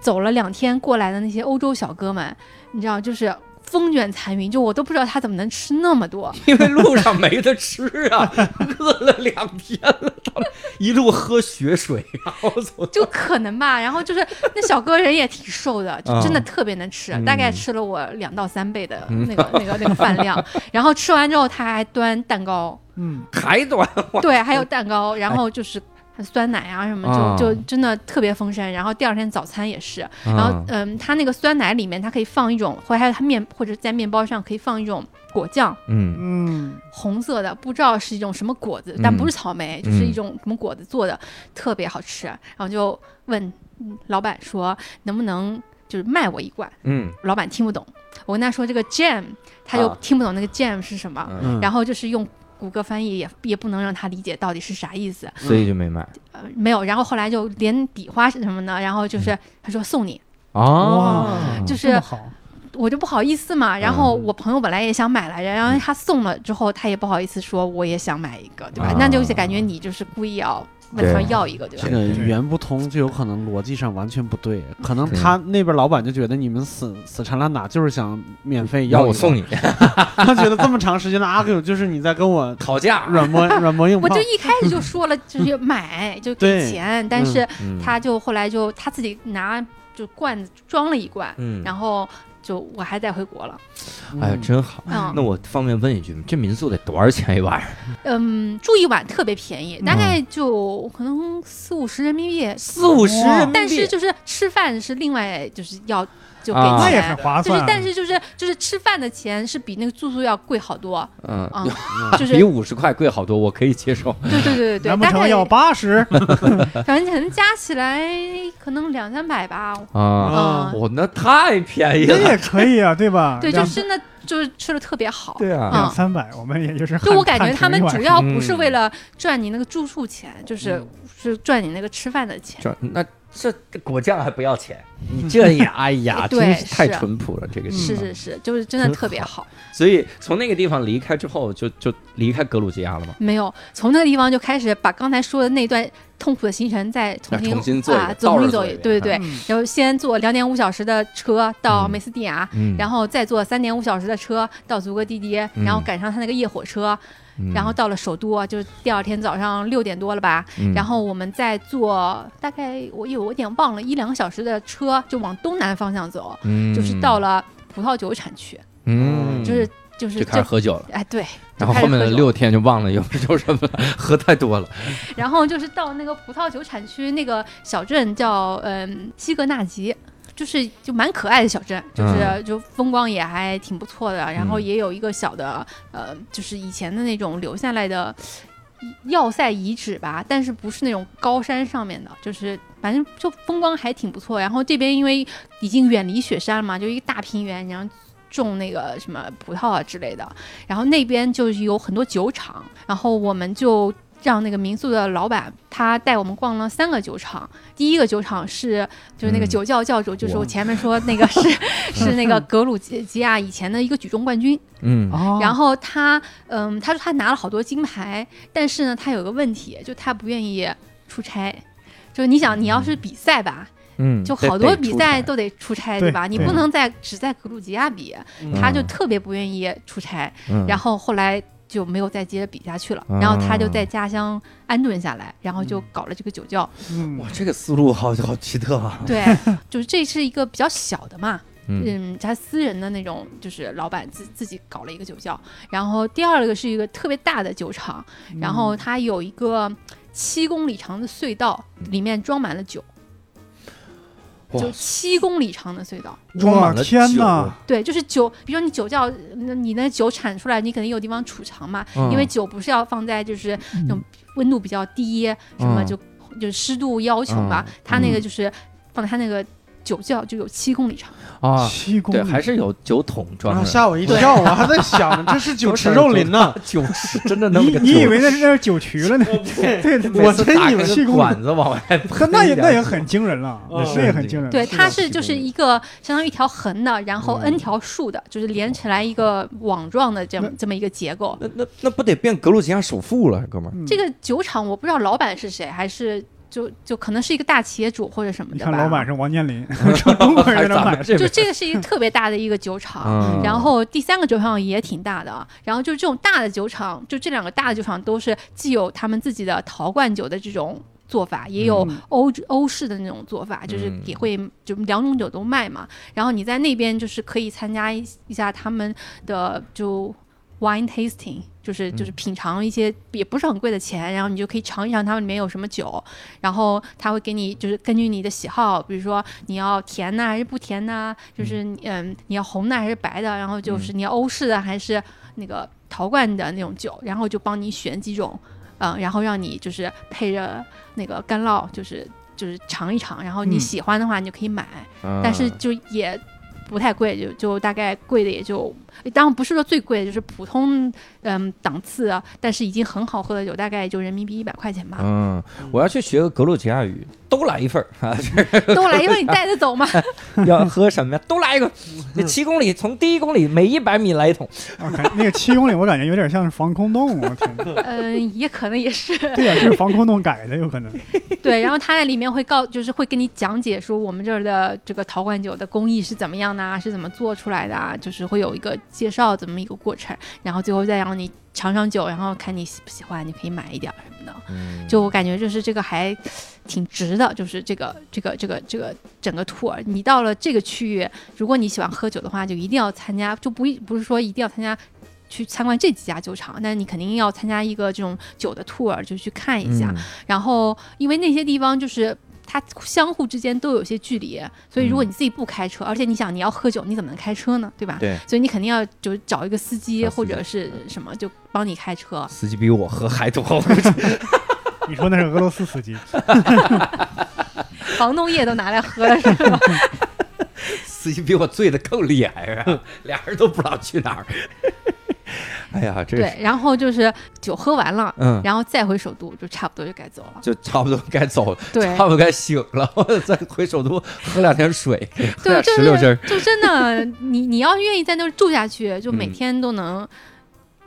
S5: 走了两天过来的那些欧洲小哥们，你知道，就是风卷残云，就我都不知道他怎么能吃那么多。
S1: 因为路上没得吃啊， 饿了两天了，到一路喝血水，然后走。
S5: 就可能吧，然后就是那小哥人也挺瘦的，就真的特别能吃，
S1: 嗯
S5: 大概吃了我两到三倍的那个、那个那个饭量。然后吃完之后，他还端蛋糕，
S2: 嗯，
S1: 还短，
S5: 对，还有蛋糕，然后就是酸奶啊什么，就
S1: 啊
S5: 就真的特别丰盛。然后第二天早餐也是，
S1: 然
S5: 然后嗯，它那个酸奶里面它可以放一种，或者还有它面或者在面包上可以放一种果酱，
S1: 嗯
S2: 嗯，
S5: 红色的，不知道是一种什么果子，但
S1: 嗯
S5: 不是草莓，
S1: 嗯
S5: 就是一种什么果子做的，特别好吃。然后就问嗯老板说，能不能就是卖我一罐？
S1: 嗯
S5: 老板听不懂，我跟他说这个 jam，他就
S1: 啊
S5: 听不懂那个 jam 是什么，
S1: 嗯，
S3: 嗯，
S5: 然后就是用。谷歌翻译也也不能让他理解到底是啥意思，
S1: 所以就没买
S5: 呃，没有。然后后来就连比划是什么呢？然后
S1: 嗯
S5: 就是他说送你，
S1: 哦
S2: 哇，
S5: 就
S2: 这
S5: 是
S2: 么好，
S5: 我就不好意思
S1: 嗯
S5: 嘛。然后我朋友本来也想买来着，然后他送了之后，他也不好意思说我也想买一个，对吧？
S1: 啊
S5: 那就是感觉你就是故意要问他
S1: 对
S5: 要一个，对吧
S3: 这？个
S2: 对
S3: 语言不通，就有可能逻辑上完全不对。可能他那边老板就觉得你们死死缠烂打，就是想免费
S1: 要
S3: 要
S1: 我送
S3: 你
S1: 你，
S3: 个。他觉得这么长时间的 argue 就是你在跟 我
S1: 讨价。
S3: 软磨软磨硬
S5: 我
S3: 泡
S5: 就。一开 始就说了，就是买就给
S3: 对
S5: 钱，但是
S1: 嗯
S5: 他就后来就他自己拿就罐子装了一罐，
S1: 嗯，
S5: 然后就我还带回国了。
S1: 哎呀，
S3: 嗯
S1: 真好。
S5: 嗯
S1: 那我方便问一句吗？这民宿得多少钱一晚上？
S5: 嗯，住一晚特别便
S1: 嗯
S5: 宜，大概就可能四五十人民币，
S1: 四五
S2: 十人民
S5: 但是就是吃饭是另外就是要就给
S1: 啊
S2: 那也
S5: 钱
S2: 很。划
S5: 就
S2: 算
S5: 是
S2: 啊，，
S5: 但是就是就是吃饭的钱是比那个住宿要贵好多啊、
S1: 嗯，
S5: 就
S1: 比
S5: 是
S1: 五十块贵好多，我可以接受。
S5: 对对对对对，
S2: 难不
S5: 大
S2: 成
S5: 概
S2: 要八 十？
S5: 反正可能加起来可能两三百吧，
S1: 啊，
S5: 嗯，
S1: 我那太便宜
S2: 这
S1: 了。
S2: 也可以 啊，对吧？
S5: 对，就
S2: 两
S5: 是真的就是吃的特别好，
S1: 对啊
S2: 两
S5: 嗯
S2: 三百，我们也就是
S5: 就
S2: 汉
S5: 我感觉他们主。要不是
S1: 嗯
S5: 为了赚你那个住宿钱，
S2: 嗯
S5: 就是是赚你那个吃饭的钱，
S1: 这那这这果酱还不要钱，你这也哎 呀，
S5: 对
S1: 真是太
S5: 是啊嗯
S1: 淳朴了，这
S2: 嗯
S1: 个地
S5: 是
S1: 方
S5: 是是，就是真的特别好。
S1: 所以从那个地方离开之后，就就离开格鲁吉亚了嘛。
S5: 没有，从那个地方就开始把刚才说的那段痛苦的行程再重
S1: 再
S5: 新
S1: 重新做一
S5: 啊
S1: 遍，倒
S5: 重
S1: 着
S5: 新
S1: 做
S5: 走
S1: 一遍
S5: 对对对，
S2: 嗯
S5: 然后先坐两点五小时的车到
S1: 嗯
S5: 梅斯蒂亚，
S1: 嗯
S5: 然后再坐三点五小时的车到祖格迪迪，
S1: 嗯
S5: 然后赶上他那个夜火车，然后到了首都，啊就是第二天早上六点多了吧。
S1: 嗯
S5: 然后我们再坐大概我有我有点忘了一两个小时的车，就往东南方向走，就是到了葡萄酒产区，
S1: 嗯，
S5: 就是就是
S1: 就开始
S5: 这
S1: 喝酒了。
S5: 哎对，
S1: 然后
S5: 就开
S1: 后
S5: 始
S1: 面的
S5: 喝酒
S1: 六天就忘了有有什么了，喝太多了。
S5: 然后就是到那个葡萄酒产区那个小镇叫嗯西格纳吉，就是就蛮可爱的小镇，就是、
S1: 嗯
S5: 就风光也还挺不错的，然后
S1: 嗯
S5: 也有一个小的呃，就是以前的那种留下来的要塞遗址吧，但是不是那种高山上面的，就是反正就风光还挺不错。然后这边因为已经远离雪山了嘛，就一个大平原，然后。种那个什么葡萄啊之类的，然后那边就是有很多酒厂，然后我们就让那个民宿的老板他带我们逛了三个酒厂。第一个酒厂是就是那个
S1: 嗯
S5: 酒窖教主，就是
S1: 哇
S5: 我前面说那个 是是那个格鲁吉吉亚以前的一个举重冠军，
S1: 嗯
S2: 哦
S5: 然后他嗯他说他拿了好多金牌，但是呢他有个问题，就他不愿意出差。就是你想，你要是比赛吧，
S1: 嗯，
S5: 就好多比赛都得出差，
S2: 对
S5: 对吧？你
S2: 对
S5: 不能在只在格鲁吉亚比，
S3: 嗯
S5: 他就特别不愿意出差。
S1: 嗯，
S5: 然后后来就没有再接着比下去了，
S1: 啊
S5: 然后他就在家乡安顿下来，然后就搞了这个酒窖。
S2: 嗯
S1: 哇，，这个思路好好奇特啊。
S5: 对，就是这是一个比较小的嘛，
S1: 嗯
S5: 嗯，他私人的那种，就是老板自自己搞了一个酒窖。然后第二个是一个特别大的酒厂，然
S2: 嗯
S5: 后它有一个七公里长的隧道，里面装满了酒，
S1: 哇
S5: 就七公里长的隧道。
S1: 装满
S2: 哇
S1: 了
S2: 天
S1: 酒
S2: 哪，
S5: 对，就是酒，比如说你酒窖，那你那酒产出来，你肯定有地方储藏嘛，
S1: 嗯
S5: 因为酒不是要放在就是那种温度比较低，什么就就湿度要求嘛，
S1: 嗯
S5: 它那个就是放在它那个酒窖就有七公里长，
S1: 啊，
S2: 七公
S1: 对，
S2: 里
S1: 还是有酒桶装
S3: 啊
S1: 着。
S3: 吓我一跳，我还在想这是酒池肉林呢。
S1: 酒是真的那么
S2: 你
S1: 个酒，
S2: 你以为那是那是酒渠了呢？对，
S1: 每
S2: 我
S1: 次
S2: 真
S1: 打
S2: 以
S1: 开
S2: 为
S1: 个
S2: 七公里，
S1: 管子往外喷
S2: 但那也
S1: 一点
S2: 那也
S1: 酒
S2: 很惊人了，
S3: 嗯
S2: 那也很惊人。
S5: 对，
S1: 是的
S5: 它
S1: 是
S5: 是
S1: 的
S5: 就是一个相当于一条横的，然后
S1: 嗯
S5: n 条竖的，就是连起来一个网状的这么
S2: 那
S5: 这么一个结构。
S1: 那那那不得变格鲁吉亚首富了，哥们儿？
S2: 嗯
S5: 这个酒厂我不知道老板是谁，还是就就可能是一个大企业主或者什么
S2: 你
S5: 的
S2: 看
S5: 吧。
S2: 老板是王 健林，中国人
S1: 咱
S2: 的老
S1: 们
S2: 板，
S1: 这
S5: 就
S1: 边
S5: 这个是一个特别大的一个酒厂，
S1: 嗯
S5: 啊然后第三个酒厂也挺大的啊，然后就是这种大的酒厂，就这两个大的酒厂都是既有他们自己的陶罐酒的这种做法，也有
S2: 嗯
S5: 欧、欧式的那种做法，就是
S1: 嗯
S5: 也会就两种酒都卖嘛。然后你在那边就是可以参加一一下他们的就 wine tasting。就是就是品尝一些也不是很贵的钱，然后你就可以尝一尝他们里面有什么酒，然后他会给你就是根据你的喜好，比如说你要甜呐、还是不甜呐、就是你嗯你要红的还是白的，然后就是你要欧式的还是那个陶罐的那种酒，然后就帮你选几种，嗯，然后让你就是配着那个干酪，就是就是尝一尝，然后你
S2: 嗯
S5: 喜欢的话你就可以买，
S1: 嗯
S5: 但是就也不太贵，就就大概贵的也就，当然不是说最贵的，就是普通嗯档次啊，但是已经很好喝的酒，大概也就人民币一百块钱吧，
S1: 嗯，我要去学个格鲁吉亚语，都来一份儿啊！
S5: 都来，因为你带着走嘛，
S1: 要喝什么呀？都来一 个。这七公里，从第一公里每一百米来一桶。
S2: 我感那个七公里，我感觉有点像是防空洞，我天哪！
S5: 嗯，也可能也是
S2: 对呀、就是防空洞改的，有可能。
S5: 对，然后他在里面会告，就是会跟你讲解说我们这儿的这个陶罐酒的工艺是怎么样的啊，是怎么做出来的啊，就是会有一个介绍这么一个过程，然后最后再让你尝尝酒，然后看你喜不喜欢，你可以买一点儿什么的。
S1: 嗯
S5: 就我感觉就是这个还挺值的，就是这个这个这个这个整个 tour，你到了这个区域，如果你喜欢喝酒的话，就一定要参加，就不一不是说一定要参加。去参观这几家酒厂，但是你肯定要参加一个这种酒的 tour，就去看一下。
S1: 嗯
S5: 然后因为那些地方就是它相互之间都有些距离，所以如果你自己不开车，而且你想你要喝酒，你怎么能开车呢？对吧？
S1: 对
S5: 所以你肯定要就找一个司机
S1: 找司
S5: 或
S1: 机
S5: 者是什么就帮你开车。
S1: 司机比我喝还多，
S2: 你说那是俄罗 斯司机，
S5: 防冻液都拿来喝了是吧？
S1: 司机比我醉的更厉害是 吧？俩人都不知道去哪儿。 哎呀，真
S5: 对
S1: 是，，
S5: 然后就是酒喝完了，
S1: 嗯，
S5: 然后再回首都就差不多就该走了。
S1: 就差不多该走了，
S5: 对
S1: 差不多该醒了，我再回首都喝两天水，喝点
S5: 对，就
S1: 石榴汁
S5: 是
S1: 儿。
S5: 就真的，你你要愿意在那儿住下去，就每
S1: 嗯
S5: 天都能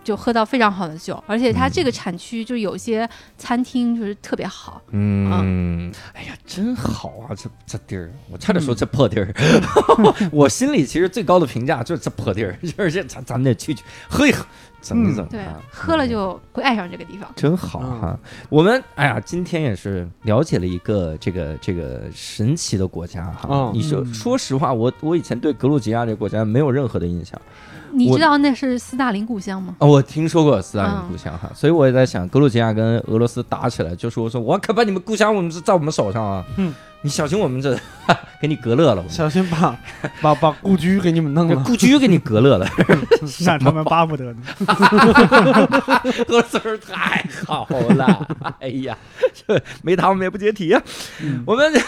S5: 就喝到非常好的酒，而且它这
S1: 嗯
S5: 个产区就有些餐厅就是特别好，
S1: 嗯，哎呀，真好啊！这这地儿，我差点说这破地儿。 我心里其实最高的评价就是这破地儿， 就是这咱咱们得去去喝一喝，怎么
S2: 嗯
S1: 怎么、
S5: 对
S1: 啊，
S5: 喝了
S1: 嗯
S5: 就会爱上这个地方。
S1: 真好哈、我们哎呀，今天也是了解了一个这个这个神奇的国家哈。
S3: 嗯
S1: 你说
S2: 嗯
S1: 说实话，我我以前对格鲁吉亚这个国家没有任何的印象
S5: 你
S1: 我
S5: 知道那是斯大林故乡吗？
S1: 啊，我听说过斯大林故乡哈，所以我也在想，格鲁吉亚跟俄罗斯打起来，就说说我可把你们故乡我们是在我们手上啊，
S3: 嗯，
S1: 你小心我们这 给你隔乐了，我们
S3: 小心把把把故居给你们弄
S1: 这
S3: 了。
S1: 故居给你隔乐了，
S2: 让他们巴不得呢。
S1: 俄罗斯人太好了， 哎呀，这没他我们也不解体啊，
S3: 嗯
S1: 我们。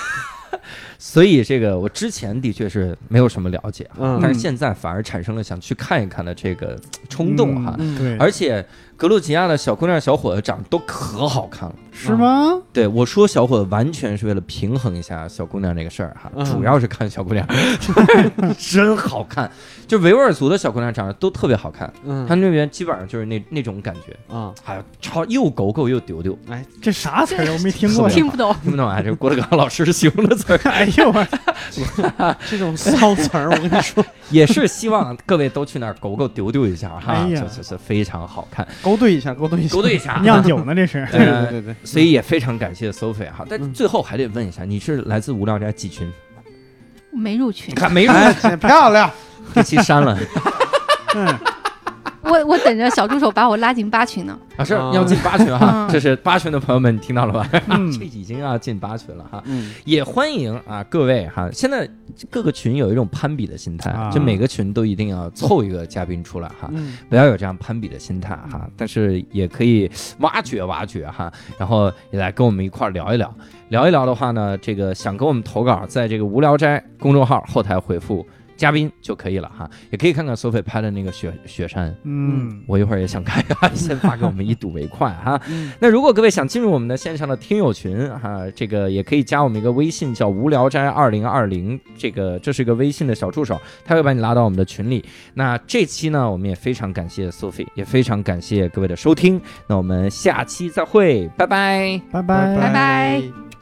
S1: 所以这个我之前的确是没有什么了解，啊
S3: 嗯
S1: 但是现在反而产生了想去看一看的这个冲动啊哈。
S3: 嗯
S2: 对，
S1: 而且格鲁吉亚的小姑娘、小伙子长得都可好看了。
S2: 是吗？
S1: 对我说，小伙子完全是为了平衡一下小姑娘这个事儿哈，
S3: 嗯
S1: 主要是看小姑 娘，真好看。就维吾尔族的小姑娘长得都特别好看，
S3: 嗯
S1: 她那边基本上就是那那种感觉，
S3: 啊，
S1: 哎呀，超又狗狗又丢丢，
S2: 这啥词儿我没听过呀。
S5: 听不懂，
S1: 听不懂啊？这是郭德纲老师形容的词儿，
S2: 哎呦我，
S3: 这种骚词儿，我跟 你说，
S1: 也是希望各位都去那儿狗狗丢丢一下哈，
S2: 哎
S1: 这
S2: 呀
S1: 这是非常好看，
S3: 勾兑一下，勾兑一下，
S1: 勾兑一下。
S2: 酿酒呢这是？
S3: 对对对 对，
S1: 所以也非常感谢 Sophie 哈，但
S3: 嗯
S1: 最后还得问一下，你是来自无聊斋几群？
S5: 没入群
S1: 你。看没入
S3: 哎，姐漂亮，
S1: 这期删 了，
S2: 嗯，
S5: 我我等着小助手把我拉进八群呢。
S1: 啊，是
S3: 啊
S1: 要进八群哈，
S5: 嗯
S1: 这是八群的朋友们，你听到了吧？
S2: 嗯
S1: 这已经要进八群了哈，
S3: 嗯，
S1: 也欢迎啊各位哈。现在各个群有一种攀比的心态，
S2: 啊
S1: 就每个群都一定要凑一个嘉宾出来哈，
S3: 嗯
S1: 不要有这样攀比的心态哈。但是也可以挖掘挖掘哈，然后也来跟我们一块儿聊一聊。聊一聊的话呢，这个想跟我们投稿，在这个无聊斋公众号后台回复嘉宾就可以了哈。也可以看看 Sophie 拍的那个雪雪山，
S2: 嗯，
S1: 我一会儿也想看哈，先发给我们一睹为快哈。
S3: 嗯
S1: 那如果各位想进入我们的线上的听友群哈，这个也可以加我们一个微信叫“无聊斋二零二零”，这个这是一个微信的小助手，他会把你拉到我们的群里。那这期呢，我们也非常感谢 Sophie，也非常感谢各位的收听。那我们下期再会，拜拜。
S2: 拜拜
S5: 拜拜